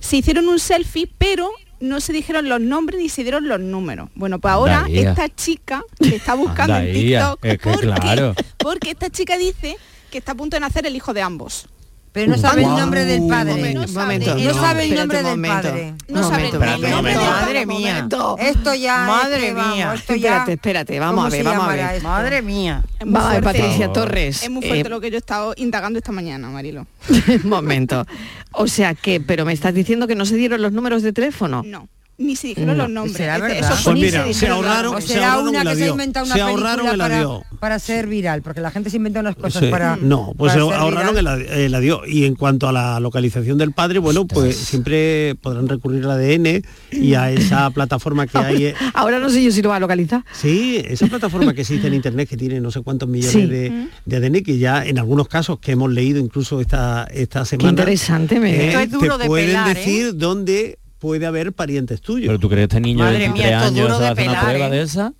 Speaker 12: Se hicieron un selfie, pero no se dijeron los nombres ni se dieron los números. Bueno, pues ahora
Speaker 8: Anda, ella.
Speaker 12: esta chica le está buscando
Speaker 8: Anda,
Speaker 12: en
Speaker 8: ella.
Speaker 12: TikTok
Speaker 8: Es que
Speaker 12: porque,
Speaker 8: claro.
Speaker 12: porque esta chica dice que está a punto de nacer el hijo de ambos.
Speaker 14: Pero no sabe el
Speaker 6: Ah.
Speaker 14: Guau. nombre del padre.
Speaker 12: No
Speaker 14: Un
Speaker 12: sabe,
Speaker 14: momento, no. Espérate un momento.
Speaker 12: No
Speaker 14: Un
Speaker 12: sabe el
Speaker 14: momento,
Speaker 12: nombre
Speaker 14: espérate un
Speaker 12: del
Speaker 14: momento.
Speaker 12: padre.
Speaker 9: Madre mía.
Speaker 14: Esto ya,
Speaker 9: Madre
Speaker 14: es que, vamos,
Speaker 9: mía.
Speaker 14: esto ya-
Speaker 6: Espérate, espérate, vamos
Speaker 14: ¿Cómo
Speaker 6: a ver,
Speaker 14: se
Speaker 6: vamos a
Speaker 14: llamará
Speaker 6: ver.
Speaker 14: esto?
Speaker 9: Madre mía.
Speaker 12: Es muy
Speaker 6: Va,
Speaker 12: fuerte.
Speaker 6: Patricia Torres,
Speaker 12: Es muy fuerte
Speaker 6: eh,
Speaker 12: lo que yo he estado indagando esta mañana, Marilo.
Speaker 6: [LAUGHS] Un momento. O sea que, pero me estás diciendo que no se dieron los números de teléfono.
Speaker 12: No. Ni se
Speaker 14: Mm.
Speaker 12: dijeron
Speaker 6: No.
Speaker 12: los nombres.
Speaker 6: ¿Será
Speaker 12: Este-
Speaker 6: verdad?
Speaker 12: esos
Speaker 6: Pues
Speaker 12: ni
Speaker 6: mira,
Speaker 12: dijeron
Speaker 6: se
Speaker 12: los
Speaker 6: ahorraron-
Speaker 12: nombres.
Speaker 14: O será
Speaker 10: ahorraron
Speaker 14: una
Speaker 10: el
Speaker 14: que se ha
Speaker 10: avión.
Speaker 14: inventado una
Speaker 10: Se ahorraron
Speaker 14: película
Speaker 10: el
Speaker 14: para,
Speaker 10: avión.
Speaker 14: para ser viral, porque la gente se inventa unas cosas
Speaker 10: Sí.
Speaker 14: para...
Speaker 10: no, pues
Speaker 14: para
Speaker 10: eh,
Speaker 14: ser
Speaker 10: ahorraron el,
Speaker 14: viral.
Speaker 10: ad- el adiós. Y en cuanto a la localización del padre, bueno, pues siempre podrán recurrir al ADN y a
Speaker 6: [LAUGHS]
Speaker 10: esa plataforma que hay. eh,
Speaker 6: Ahora no sé yo si lo va a localizar.
Speaker 10: Sí, esa plataforma que existe en internet que tiene no sé cuántos millones
Speaker 6: Sí. Mm.
Speaker 10: de, de ADN que ya en algunos casos que hemos leído incluso esta, esta semana.
Speaker 6: interesante, me
Speaker 10: eh,
Speaker 6: Esto es duro
Speaker 10: te
Speaker 6: de
Speaker 10: pueden
Speaker 6: pelar, ¿eh?
Speaker 10: decir dónde puede haber parientes tuyos.
Speaker 8: Pero tú crees que este niño
Speaker 10: Madre
Speaker 8: de
Speaker 10: mía,
Speaker 8: 23
Speaker 10: esto es
Speaker 8: años
Speaker 10: duro de
Speaker 8: hace una
Speaker 10: pelar,
Speaker 8: prueba
Speaker 10: ¿eh?
Speaker 8: de esa,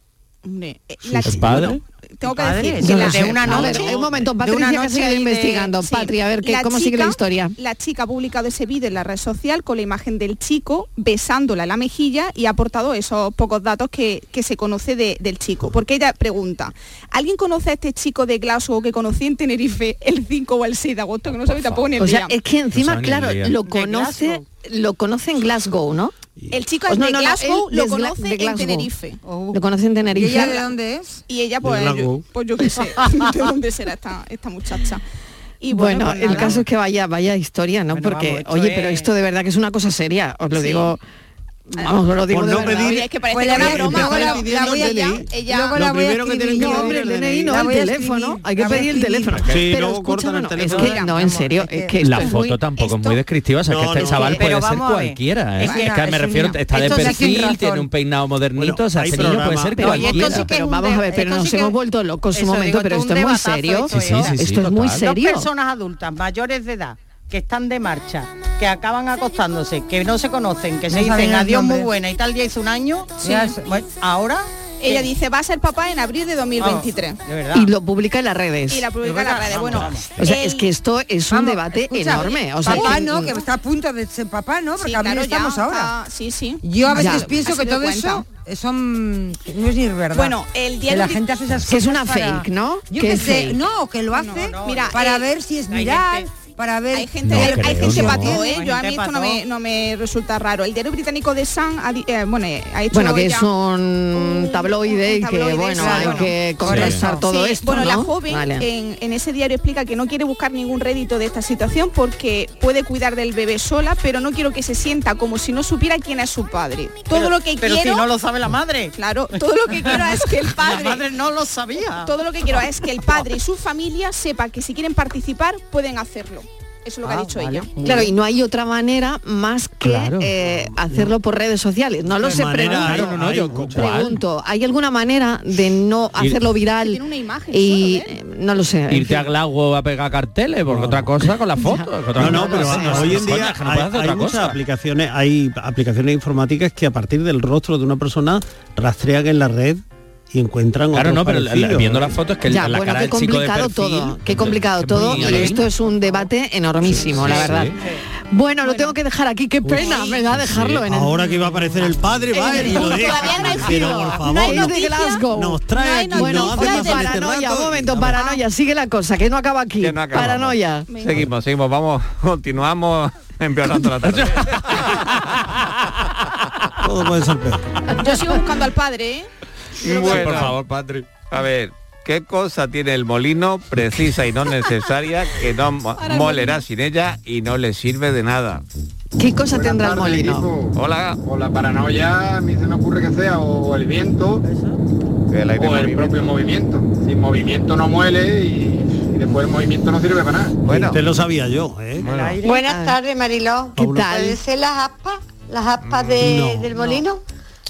Speaker 12: Hombre, eh, la
Speaker 8: es
Speaker 12: chi-
Speaker 8: padre.
Speaker 12: bueno, tengo que
Speaker 9: Padre,
Speaker 12: decir
Speaker 9: yo
Speaker 12: que
Speaker 9: no
Speaker 12: la-
Speaker 9: sé, una
Speaker 12: a ver,
Speaker 9: noche-
Speaker 12: un momento,
Speaker 6: de
Speaker 12: Patricia,
Speaker 6: una
Speaker 12: que
Speaker 6: noche
Speaker 12: sigue
Speaker 6: y de-
Speaker 12: investigando.
Speaker 6: sí.
Speaker 12: Patria, a ver, ¿qué-
Speaker 6: La
Speaker 12: ¿cómo sigue la
Speaker 6: chica-
Speaker 12: historia? La chica ha publicado ese vídeo en la red social con la imagen del chico besándola en la mejilla y ha aportado esos pocos datos que, que se conoce de- del chico. Porque ella pregunta, ¿alguien conoce a este chico de Glasgow que conocí en Tenerife el 5 o el 6 de agosto? Que no sabe tampoco ni el
Speaker 6: O sea,
Speaker 12: día.
Speaker 6: es que
Speaker 12: No
Speaker 6: encima,
Speaker 12: sabe ni el
Speaker 6: claro,
Speaker 12: día.
Speaker 6: lo
Speaker 12: De
Speaker 6: conoce, lo conoce en Glasgow, ¿no?
Speaker 12: El chico
Speaker 6: Oh,
Speaker 12: es
Speaker 6: no,
Speaker 12: de
Speaker 6: no, no,
Speaker 12: Glasgow,
Speaker 6: él
Speaker 12: lo
Speaker 6: es gla- de
Speaker 12: conoce en
Speaker 6: Glasgow.
Speaker 12: Tenerife.
Speaker 6: Lo conoce en Tenerife.
Speaker 12: dónde es? Y ella,
Speaker 6: De
Speaker 12: pues, yo,
Speaker 6: Glasgow.
Speaker 12: pues
Speaker 14: [LAUGHS]
Speaker 12: yo qué sé, [LAUGHS] de dónde será esta, esta muchacha. Y
Speaker 6: bueno,
Speaker 12: bueno, pues
Speaker 6: el
Speaker 12: nada.
Speaker 6: caso es que vaya, vaya historia, ¿no? Porque,
Speaker 12: vamos, esto
Speaker 6: oye, pero
Speaker 12: es-
Speaker 6: esto de verdad que es una cosa seria, os lo
Speaker 12: Sí.
Speaker 6: digo Vamos, no lo digo
Speaker 10: Por
Speaker 6: de
Speaker 10: no
Speaker 6: verdad.
Speaker 10: pedir-
Speaker 12: Oye, es que parece
Speaker 6: Pues
Speaker 12: que
Speaker 6: la
Speaker 12: era
Speaker 6: voy a-
Speaker 12: broma.
Speaker 6: la voy a-
Speaker 12: ahora
Speaker 6: la voy a-
Speaker 12: ella- ella-
Speaker 6: luego la
Speaker 10: Lo
Speaker 6: voy a
Speaker 10: primero que tienen
Speaker 6: escribir.
Speaker 10: que
Speaker 6: No,
Speaker 10: pedir
Speaker 6: hombre,
Speaker 10: es
Speaker 6: el
Speaker 10: el
Speaker 6: DNI,
Speaker 10: DNI.
Speaker 6: no, el
Speaker 10: La voy a
Speaker 6: teléfono.
Speaker 10: escribir.
Speaker 6: Hay que
Speaker 10: La voy a
Speaker 6: pedir el
Speaker 10: escribir.
Speaker 6: teléfono.
Speaker 10: Sí,
Speaker 6: Pero
Speaker 10: luego cortan
Speaker 6: escúchame,
Speaker 10: el
Speaker 6: no, es
Speaker 10: teléfono.
Speaker 6: que no, en serio, es que
Speaker 8: la
Speaker 6: esto es
Speaker 8: foto
Speaker 6: muy-
Speaker 8: tampoco es muy descriptiva, o sea, que
Speaker 10: No,
Speaker 8: este
Speaker 10: no.
Speaker 8: chaval
Speaker 10: Sí,
Speaker 8: puede
Speaker 10: pero
Speaker 8: ser
Speaker 10: vamos a ver.
Speaker 8: cualquiera. ¿eh?
Speaker 10: Es
Speaker 8: Es que,
Speaker 10: una- es
Speaker 8: me refiero,
Speaker 10: una-
Speaker 8: está de
Speaker 10: Esto sí que
Speaker 8: perfil,
Speaker 10: tiene razón.
Speaker 8: tiene un peinado modernito, o sea,
Speaker 10: hay
Speaker 8: ese niño puede
Speaker 10: programa.
Speaker 8: ser
Speaker 10: Pero, oye,
Speaker 8: cualquiera.
Speaker 10: esto sí que
Speaker 6: Pero vamos a ver, pero nos hemos vuelto locos un
Speaker 9: Eso
Speaker 6: momento,
Speaker 9: digo,
Speaker 6: pero
Speaker 9: esto
Speaker 6: esto
Speaker 9: es
Speaker 6: es
Speaker 9: un
Speaker 6: muy
Speaker 9: debatazo
Speaker 6: serio.
Speaker 9: esto, ¿eh?
Speaker 6: Esto es muy serio.
Speaker 9: Dos personas adultas mayores de edad que están de marcha, que acaban acostándose, que no se conocen, que se
Speaker 14: No saben
Speaker 9: dicen
Speaker 14: el
Speaker 9: adiós
Speaker 14: nombre.
Speaker 9: muy buena y tal día hizo un año.
Speaker 12: Sí.
Speaker 9: Ya es- bueno, ahora
Speaker 12: Ella dice, va a ser papá en abril
Speaker 14: Ah,
Speaker 12: de 2023.
Speaker 9: de verdad.
Speaker 6: Y lo publica en las redes.
Speaker 12: Y la publica en las redes. Bueno,
Speaker 6: O sea, es que esto es un
Speaker 14: Vamos,
Speaker 6: debate
Speaker 14: escucha,
Speaker 6: enorme. O sea,
Speaker 14: papá
Speaker 6: que-
Speaker 14: no, que está a punto de ser papá, ¿no? Porque
Speaker 12: Sí,
Speaker 14: a mí
Speaker 12: claro, ya
Speaker 14: estamos ahora.
Speaker 12: está- sí, sí.
Speaker 14: Yo a
Speaker 12: Ya,
Speaker 14: veces
Speaker 12: ha
Speaker 14: pienso que
Speaker 12: sido
Speaker 14: todo
Speaker 12: cuenta.
Speaker 14: eso son no es ni verdad.
Speaker 12: Bueno, el
Speaker 14: que
Speaker 12: diario
Speaker 14: la
Speaker 12: di-
Speaker 14: gente hace esas
Speaker 6: Que es
Speaker 14: cosas
Speaker 6: una
Speaker 14: para-
Speaker 6: fake, ¿no?
Speaker 14: Yo
Speaker 6: Que
Speaker 14: qué
Speaker 6: es
Speaker 14: sé,
Speaker 6: fake.
Speaker 14: no, que lo hace
Speaker 12: Mira,
Speaker 14: para
Speaker 12: eh,
Speaker 14: ver si es
Speaker 12: hay
Speaker 14: viral,
Speaker 12: gente-
Speaker 14: para ver
Speaker 12: Hay gente,
Speaker 14: No
Speaker 12: hay,
Speaker 14: creo,
Speaker 12: gente
Speaker 14: no.
Speaker 12: pató, ¿eh?
Speaker 14: Hay
Speaker 12: Yo a
Speaker 14: gente
Speaker 12: mí esto no
Speaker 14: pató.
Speaker 12: me, no me resulta raro. El diario británico de Sun ha, di- eh, bueno, eh, ha hecho
Speaker 6: Bueno, que
Speaker 12: ya-
Speaker 6: es un tabloide y que,
Speaker 12: tabloide,
Speaker 6: bueno,
Speaker 12: sí,
Speaker 6: hay
Speaker 12: bueno.
Speaker 6: que contrastar
Speaker 12: Sí.
Speaker 6: todo
Speaker 12: Sí,
Speaker 6: esto,
Speaker 12: Bueno, la
Speaker 6: ¿no?
Speaker 12: joven
Speaker 6: Vale.
Speaker 12: en, en ese diario explica que no quiere buscar ningún rédito de esta situación porque puede cuidar del bebé sola, pero no quiero que se sienta como si no supiera quién es su padre. Todo
Speaker 9: Pero-
Speaker 12: lo que
Speaker 9: pero
Speaker 12: quiero
Speaker 9: si no lo sabe la madre.
Speaker 12: Claro, todo lo que quiero es que el padre
Speaker 9: La madre no lo sabía.
Speaker 12: Todo lo que quiero es que el padre y su familia sepa que si quieren participar pueden hacerlo. Eso es lo
Speaker 6: Ah,
Speaker 12: que ha dicho ella.
Speaker 6: Claro, y no hay otra manera más que
Speaker 12: Claro.
Speaker 6: eh, hacerlo por redes sociales. No lo
Speaker 12: De
Speaker 6: sé,
Speaker 12: manera
Speaker 6: pregunto.
Speaker 12: hay,
Speaker 8: no, no, yo, ¿cuál?
Speaker 6: pregunto. ¿Hay alguna manera de
Speaker 8: Ir-
Speaker 6: no hacerlo viral? y eh, no lo sé. en
Speaker 8: Irte a Glasgow a pegar carteles, porque otra cosa con la foto. es otra
Speaker 10: No, no,
Speaker 8: cosa.
Speaker 10: pero vamos, hoy en
Speaker 8: Coño,
Speaker 10: día
Speaker 8: es que no
Speaker 10: hay,
Speaker 8: puedes hacer
Speaker 10: hay
Speaker 8: otra
Speaker 10: muchas
Speaker 8: cosa.
Speaker 10: aplicaciones, hay aplicaciones informáticas que a partir del rostro de una persona rastrean en la red y encuentran
Speaker 8: Claro,
Speaker 10: otros
Speaker 8: no, pero la- la-
Speaker 10: parecidos.
Speaker 8: viendo las fotos es que el-
Speaker 6: ya,
Speaker 8: la
Speaker 6: bueno,
Speaker 8: cara
Speaker 6: qué
Speaker 8: del chico de
Speaker 6: complicado
Speaker 8: perfil,
Speaker 6: todo, qué complicado todo. Y esto es un debate enormísimo,
Speaker 10: Sí,
Speaker 6: la
Speaker 10: sí,
Speaker 6: verdad.
Speaker 10: sí.
Speaker 6: Bueno, lo tengo que dejar aquí, qué pena, me da dejarlo
Speaker 10: Sí,
Speaker 6: en este el
Speaker 10: Ahora que va a aparecer el padre, va
Speaker 6: En
Speaker 10: y
Speaker 6: el-
Speaker 10: lo deja.
Speaker 6: Todavía no hay
Speaker 10: Pero,
Speaker 6: giro.
Speaker 10: por
Speaker 6: No
Speaker 10: favor,
Speaker 6: hay noticia.
Speaker 10: nos trae aquí, nos
Speaker 6: Bueno,
Speaker 10: hace
Speaker 6: oye,
Speaker 10: pasar este
Speaker 6: paranoia,
Speaker 10: rato.
Speaker 6: un momento, paranoia, sigue la cosa, que no acaba aquí.
Speaker 5: Que no acabamos.
Speaker 6: Paranoia.
Speaker 5: Seguimos, seguimos, vamos, [LAUGHS] continuamos
Speaker 10: [LAUGHS]
Speaker 5: empeorando la tarde.
Speaker 10: Todo puede ser peor.
Speaker 12: Yo sigo buscando al padre, ¿eh?
Speaker 5: Bueno, por favor, Patrick. A ver, ¿qué cosa tiene el molino precisa
Speaker 7: [LAUGHS]
Speaker 5: y no necesaria que no mo-
Speaker 6: Ahora
Speaker 5: molerá sin ella y no le sirve de nada?
Speaker 6: ¿Qué cosa tendrá el molino?
Speaker 5: Hola.
Speaker 19: O la paranoia, a mí se me ocurre que sea, o el viento,
Speaker 5: El aire
Speaker 19: o el
Speaker 5: movimiento.
Speaker 19: propio movimiento. Sin movimiento no muele y, y después el movimiento no sirve para nada.
Speaker 10: Bueno. Usted lo sabía yo, ¿eh?
Speaker 7: Buenas
Speaker 6: Ah.
Speaker 7: tardes, Mariló.
Speaker 10: ¿Qué tal?
Speaker 7: ¿Pueden ser las aspas? ¿Las aspas de-
Speaker 10: No.
Speaker 7: del molino?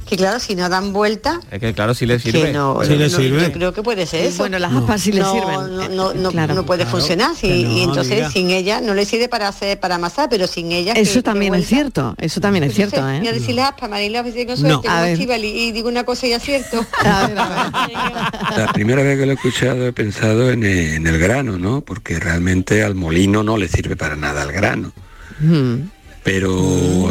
Speaker 7: Que claro, si no dan vuelta,
Speaker 5: Es que claro, si le sirve.
Speaker 7: no,
Speaker 5: si le
Speaker 7: yo creo que puede ser eso.
Speaker 6: Eh, Bueno, las aspas sí le
Speaker 7: No,
Speaker 6: sirven.
Speaker 7: No, no, no- no puede funcionar. sí,
Speaker 6: no,
Speaker 7: y entonces
Speaker 6: amiga.
Speaker 7: sin ella no le sirve para hacer para amasar, pero sin ella.
Speaker 6: Eso
Speaker 7: que-
Speaker 6: también es cierto, eso también es cierto,
Speaker 7: Voy a
Speaker 6: ¿eh?
Speaker 7: decir las aspas, Mariló, a ver si tengo
Speaker 6: No.
Speaker 7: suerte,
Speaker 6: A
Speaker 7: como
Speaker 6: ver.
Speaker 7: Estíbaliz, y digo una cosa y
Speaker 6: [LAUGHS]
Speaker 7: acierto.
Speaker 20: La primera vez que lo he escuchado he pensado en el, en el grano, ¿no? Porque realmente al molino no le sirve para nada al grano. Pero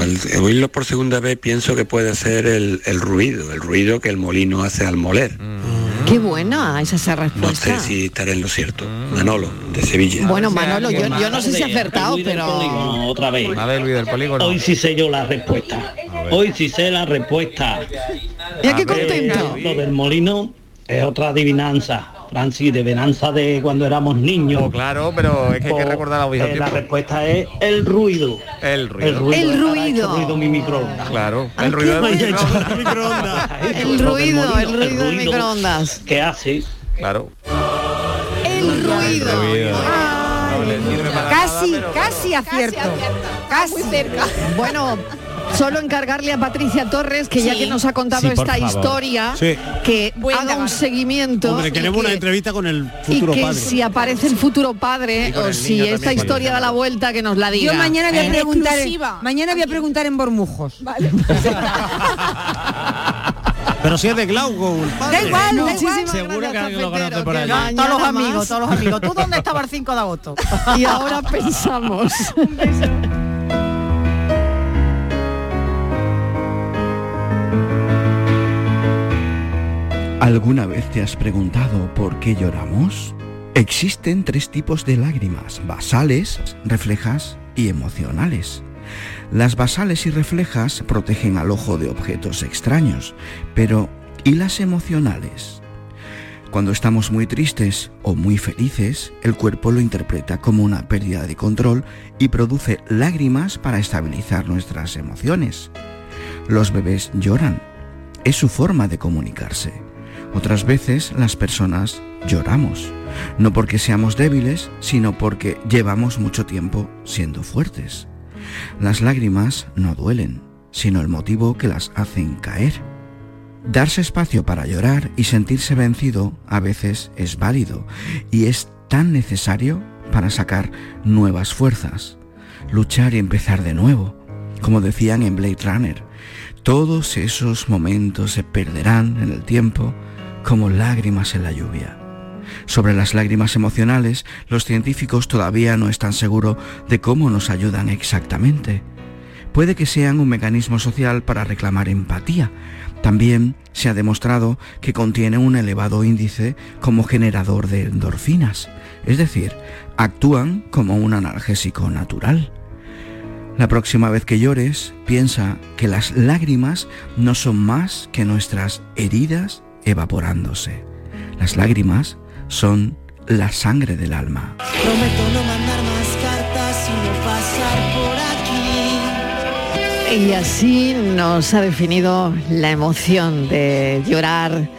Speaker 20: al eh, oírlo por segunda vez pienso que puede ser el, el ruido, el ruido que el molino hace al moler.
Speaker 6: Mm. Qué buena esa esa respuesta.
Speaker 20: No sé si estaré en lo cierto.
Speaker 6: Mm.
Speaker 20: Manolo, de Sevilla.
Speaker 6: Bueno, Manolo, yo, yo no sé si he
Speaker 20: hacer
Speaker 6: acertado, pero...
Speaker 1: otra vez.
Speaker 5: A ver, Luis del polígono.
Speaker 1: Hoy sí sé yo la respuesta. Hoy sí sé la respuesta.
Speaker 6: Mira
Speaker 1: qué contento. Lo del molino es otra adivinanza, Francis, de venanza de cuando éramos niños.
Speaker 5: Oh, claro, pero es que hay que
Speaker 1: O,
Speaker 5: recordar la
Speaker 1: eh, La respuesta es el ruido.
Speaker 5: El ruido.
Speaker 1: El ruido.
Speaker 6: El ruido.
Speaker 1: mi microondas.
Speaker 5: Claro, el ruido del microondas.
Speaker 6: El ruido, el ruido del microondas.
Speaker 1: ¿Qué hace?
Speaker 5: Claro.
Speaker 6: El ruido.
Speaker 14: Casi, casi acierto.
Speaker 12: Casi. Muy cerca.
Speaker 6: Bueno, solo encargarle a Patricia Torres, que ya
Speaker 12: Sí.
Speaker 6: que nos ha contado
Speaker 10: Sí, por
Speaker 6: esta
Speaker 10: favor.
Speaker 6: historia,
Speaker 10: Sí.
Speaker 6: que haga un seguimiento.
Speaker 10: Hombre,
Speaker 6: y
Speaker 10: queremos
Speaker 6: que-
Speaker 10: una entrevista con el
Speaker 6: y
Speaker 10: futuro
Speaker 6: que
Speaker 10: padre.
Speaker 6: si aparece el futuro padre
Speaker 10: con
Speaker 6: o
Speaker 10: el
Speaker 6: si
Speaker 10: niño también,
Speaker 6: esta
Speaker 10: cuando
Speaker 6: historia da la vuelta que nos la diga.
Speaker 14: Yo mañana voy a
Speaker 6: ¿Eh?
Speaker 14: preguntar, mañana voy a preguntar en Bormujos.
Speaker 10: Pero si es de Glauco, el padre.
Speaker 14: Da igual, da igual.
Speaker 10: Seguro que alguien lo conoce por ahí.
Speaker 9: Yo, todos los
Speaker 6: Mañana
Speaker 9: amigos,
Speaker 6: más.
Speaker 9: todos los amigos. ¿Tú dónde estabas el 5 de agosto?
Speaker 6: Y ahora pensamos.
Speaker 21: ¿Alguna vez te has preguntado por qué lloramos? Existen tres tipos de lágrimas, basales, reflejas y emocionales. Las basales y reflejas protegen al ojo de objetos extraños, pero ¿y las emocionales? Cuando estamos muy tristes o muy felices, el cuerpo lo interpreta como una pérdida de control y produce lágrimas para estabilizar nuestras emociones. Los bebés lloran. Es su forma de comunicarse. Otras veces las personas lloramos, no porque seamos débiles, sino porque llevamos mucho tiempo siendo fuertes. Las lágrimas no duelen, sino el motivo que las hacen caer. Darse espacio para llorar y sentirse vencido a veces es válido y es tan necesario para sacar nuevas fuerzas, luchar y empezar de nuevo, como decían en Blade Runner. Todos esos momentos se perderán en el tiempo como lágrimas en la lluvia. Sobre las lágrimas emocionales, los científicos todavía no están seguros de cómo nos ayudan exactamente. Puede que sean un mecanismo social para reclamar empatía. También se ha demostrado que contiene un elevado índice como generador de endorfinas, es decir, actúan como un analgésico natural. La próxima vez que llores, piensa que las lágrimas no son más que nuestras heridas evaporándose. Las lágrimas son la sangre del alma.
Speaker 13: Prometo no mandar más cartas, sino pasar por aquí.
Speaker 6: Y así nos ha definido la emoción de llorar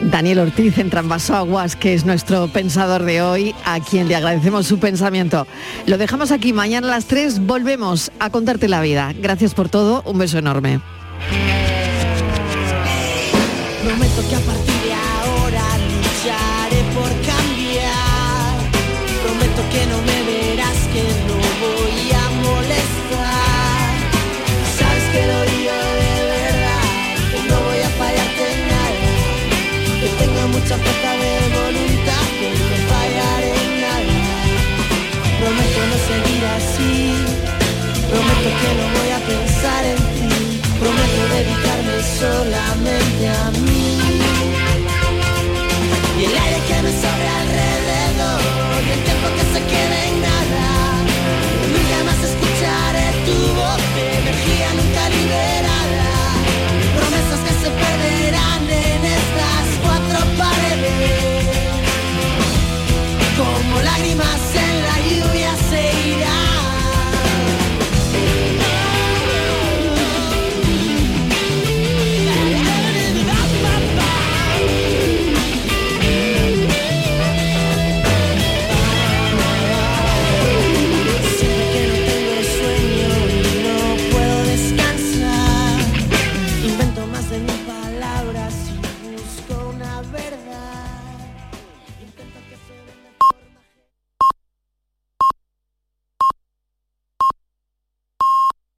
Speaker 6: Daniel Ortiz en Trambaso Aguas, que es nuestro pensador de hoy, a quien le agradecemos su pensamiento. Lo dejamos aquí, mañana a las 3 volvemos a contarte la vida. Gracias por todo, un beso enorme.
Speaker 13: Prometo que a partir de ahora lucharé por cambiar. Prometo que no me verás, que no voy a molestar. Sabes que lo digo de verdad, que no voy a fallarte en nada. Que tengo mucha falta de voluntad, que no fallaré en nada. Prometo no seguir así. Prometo que no voy a pensar en ti. Prometo dedicarme solamente a mí.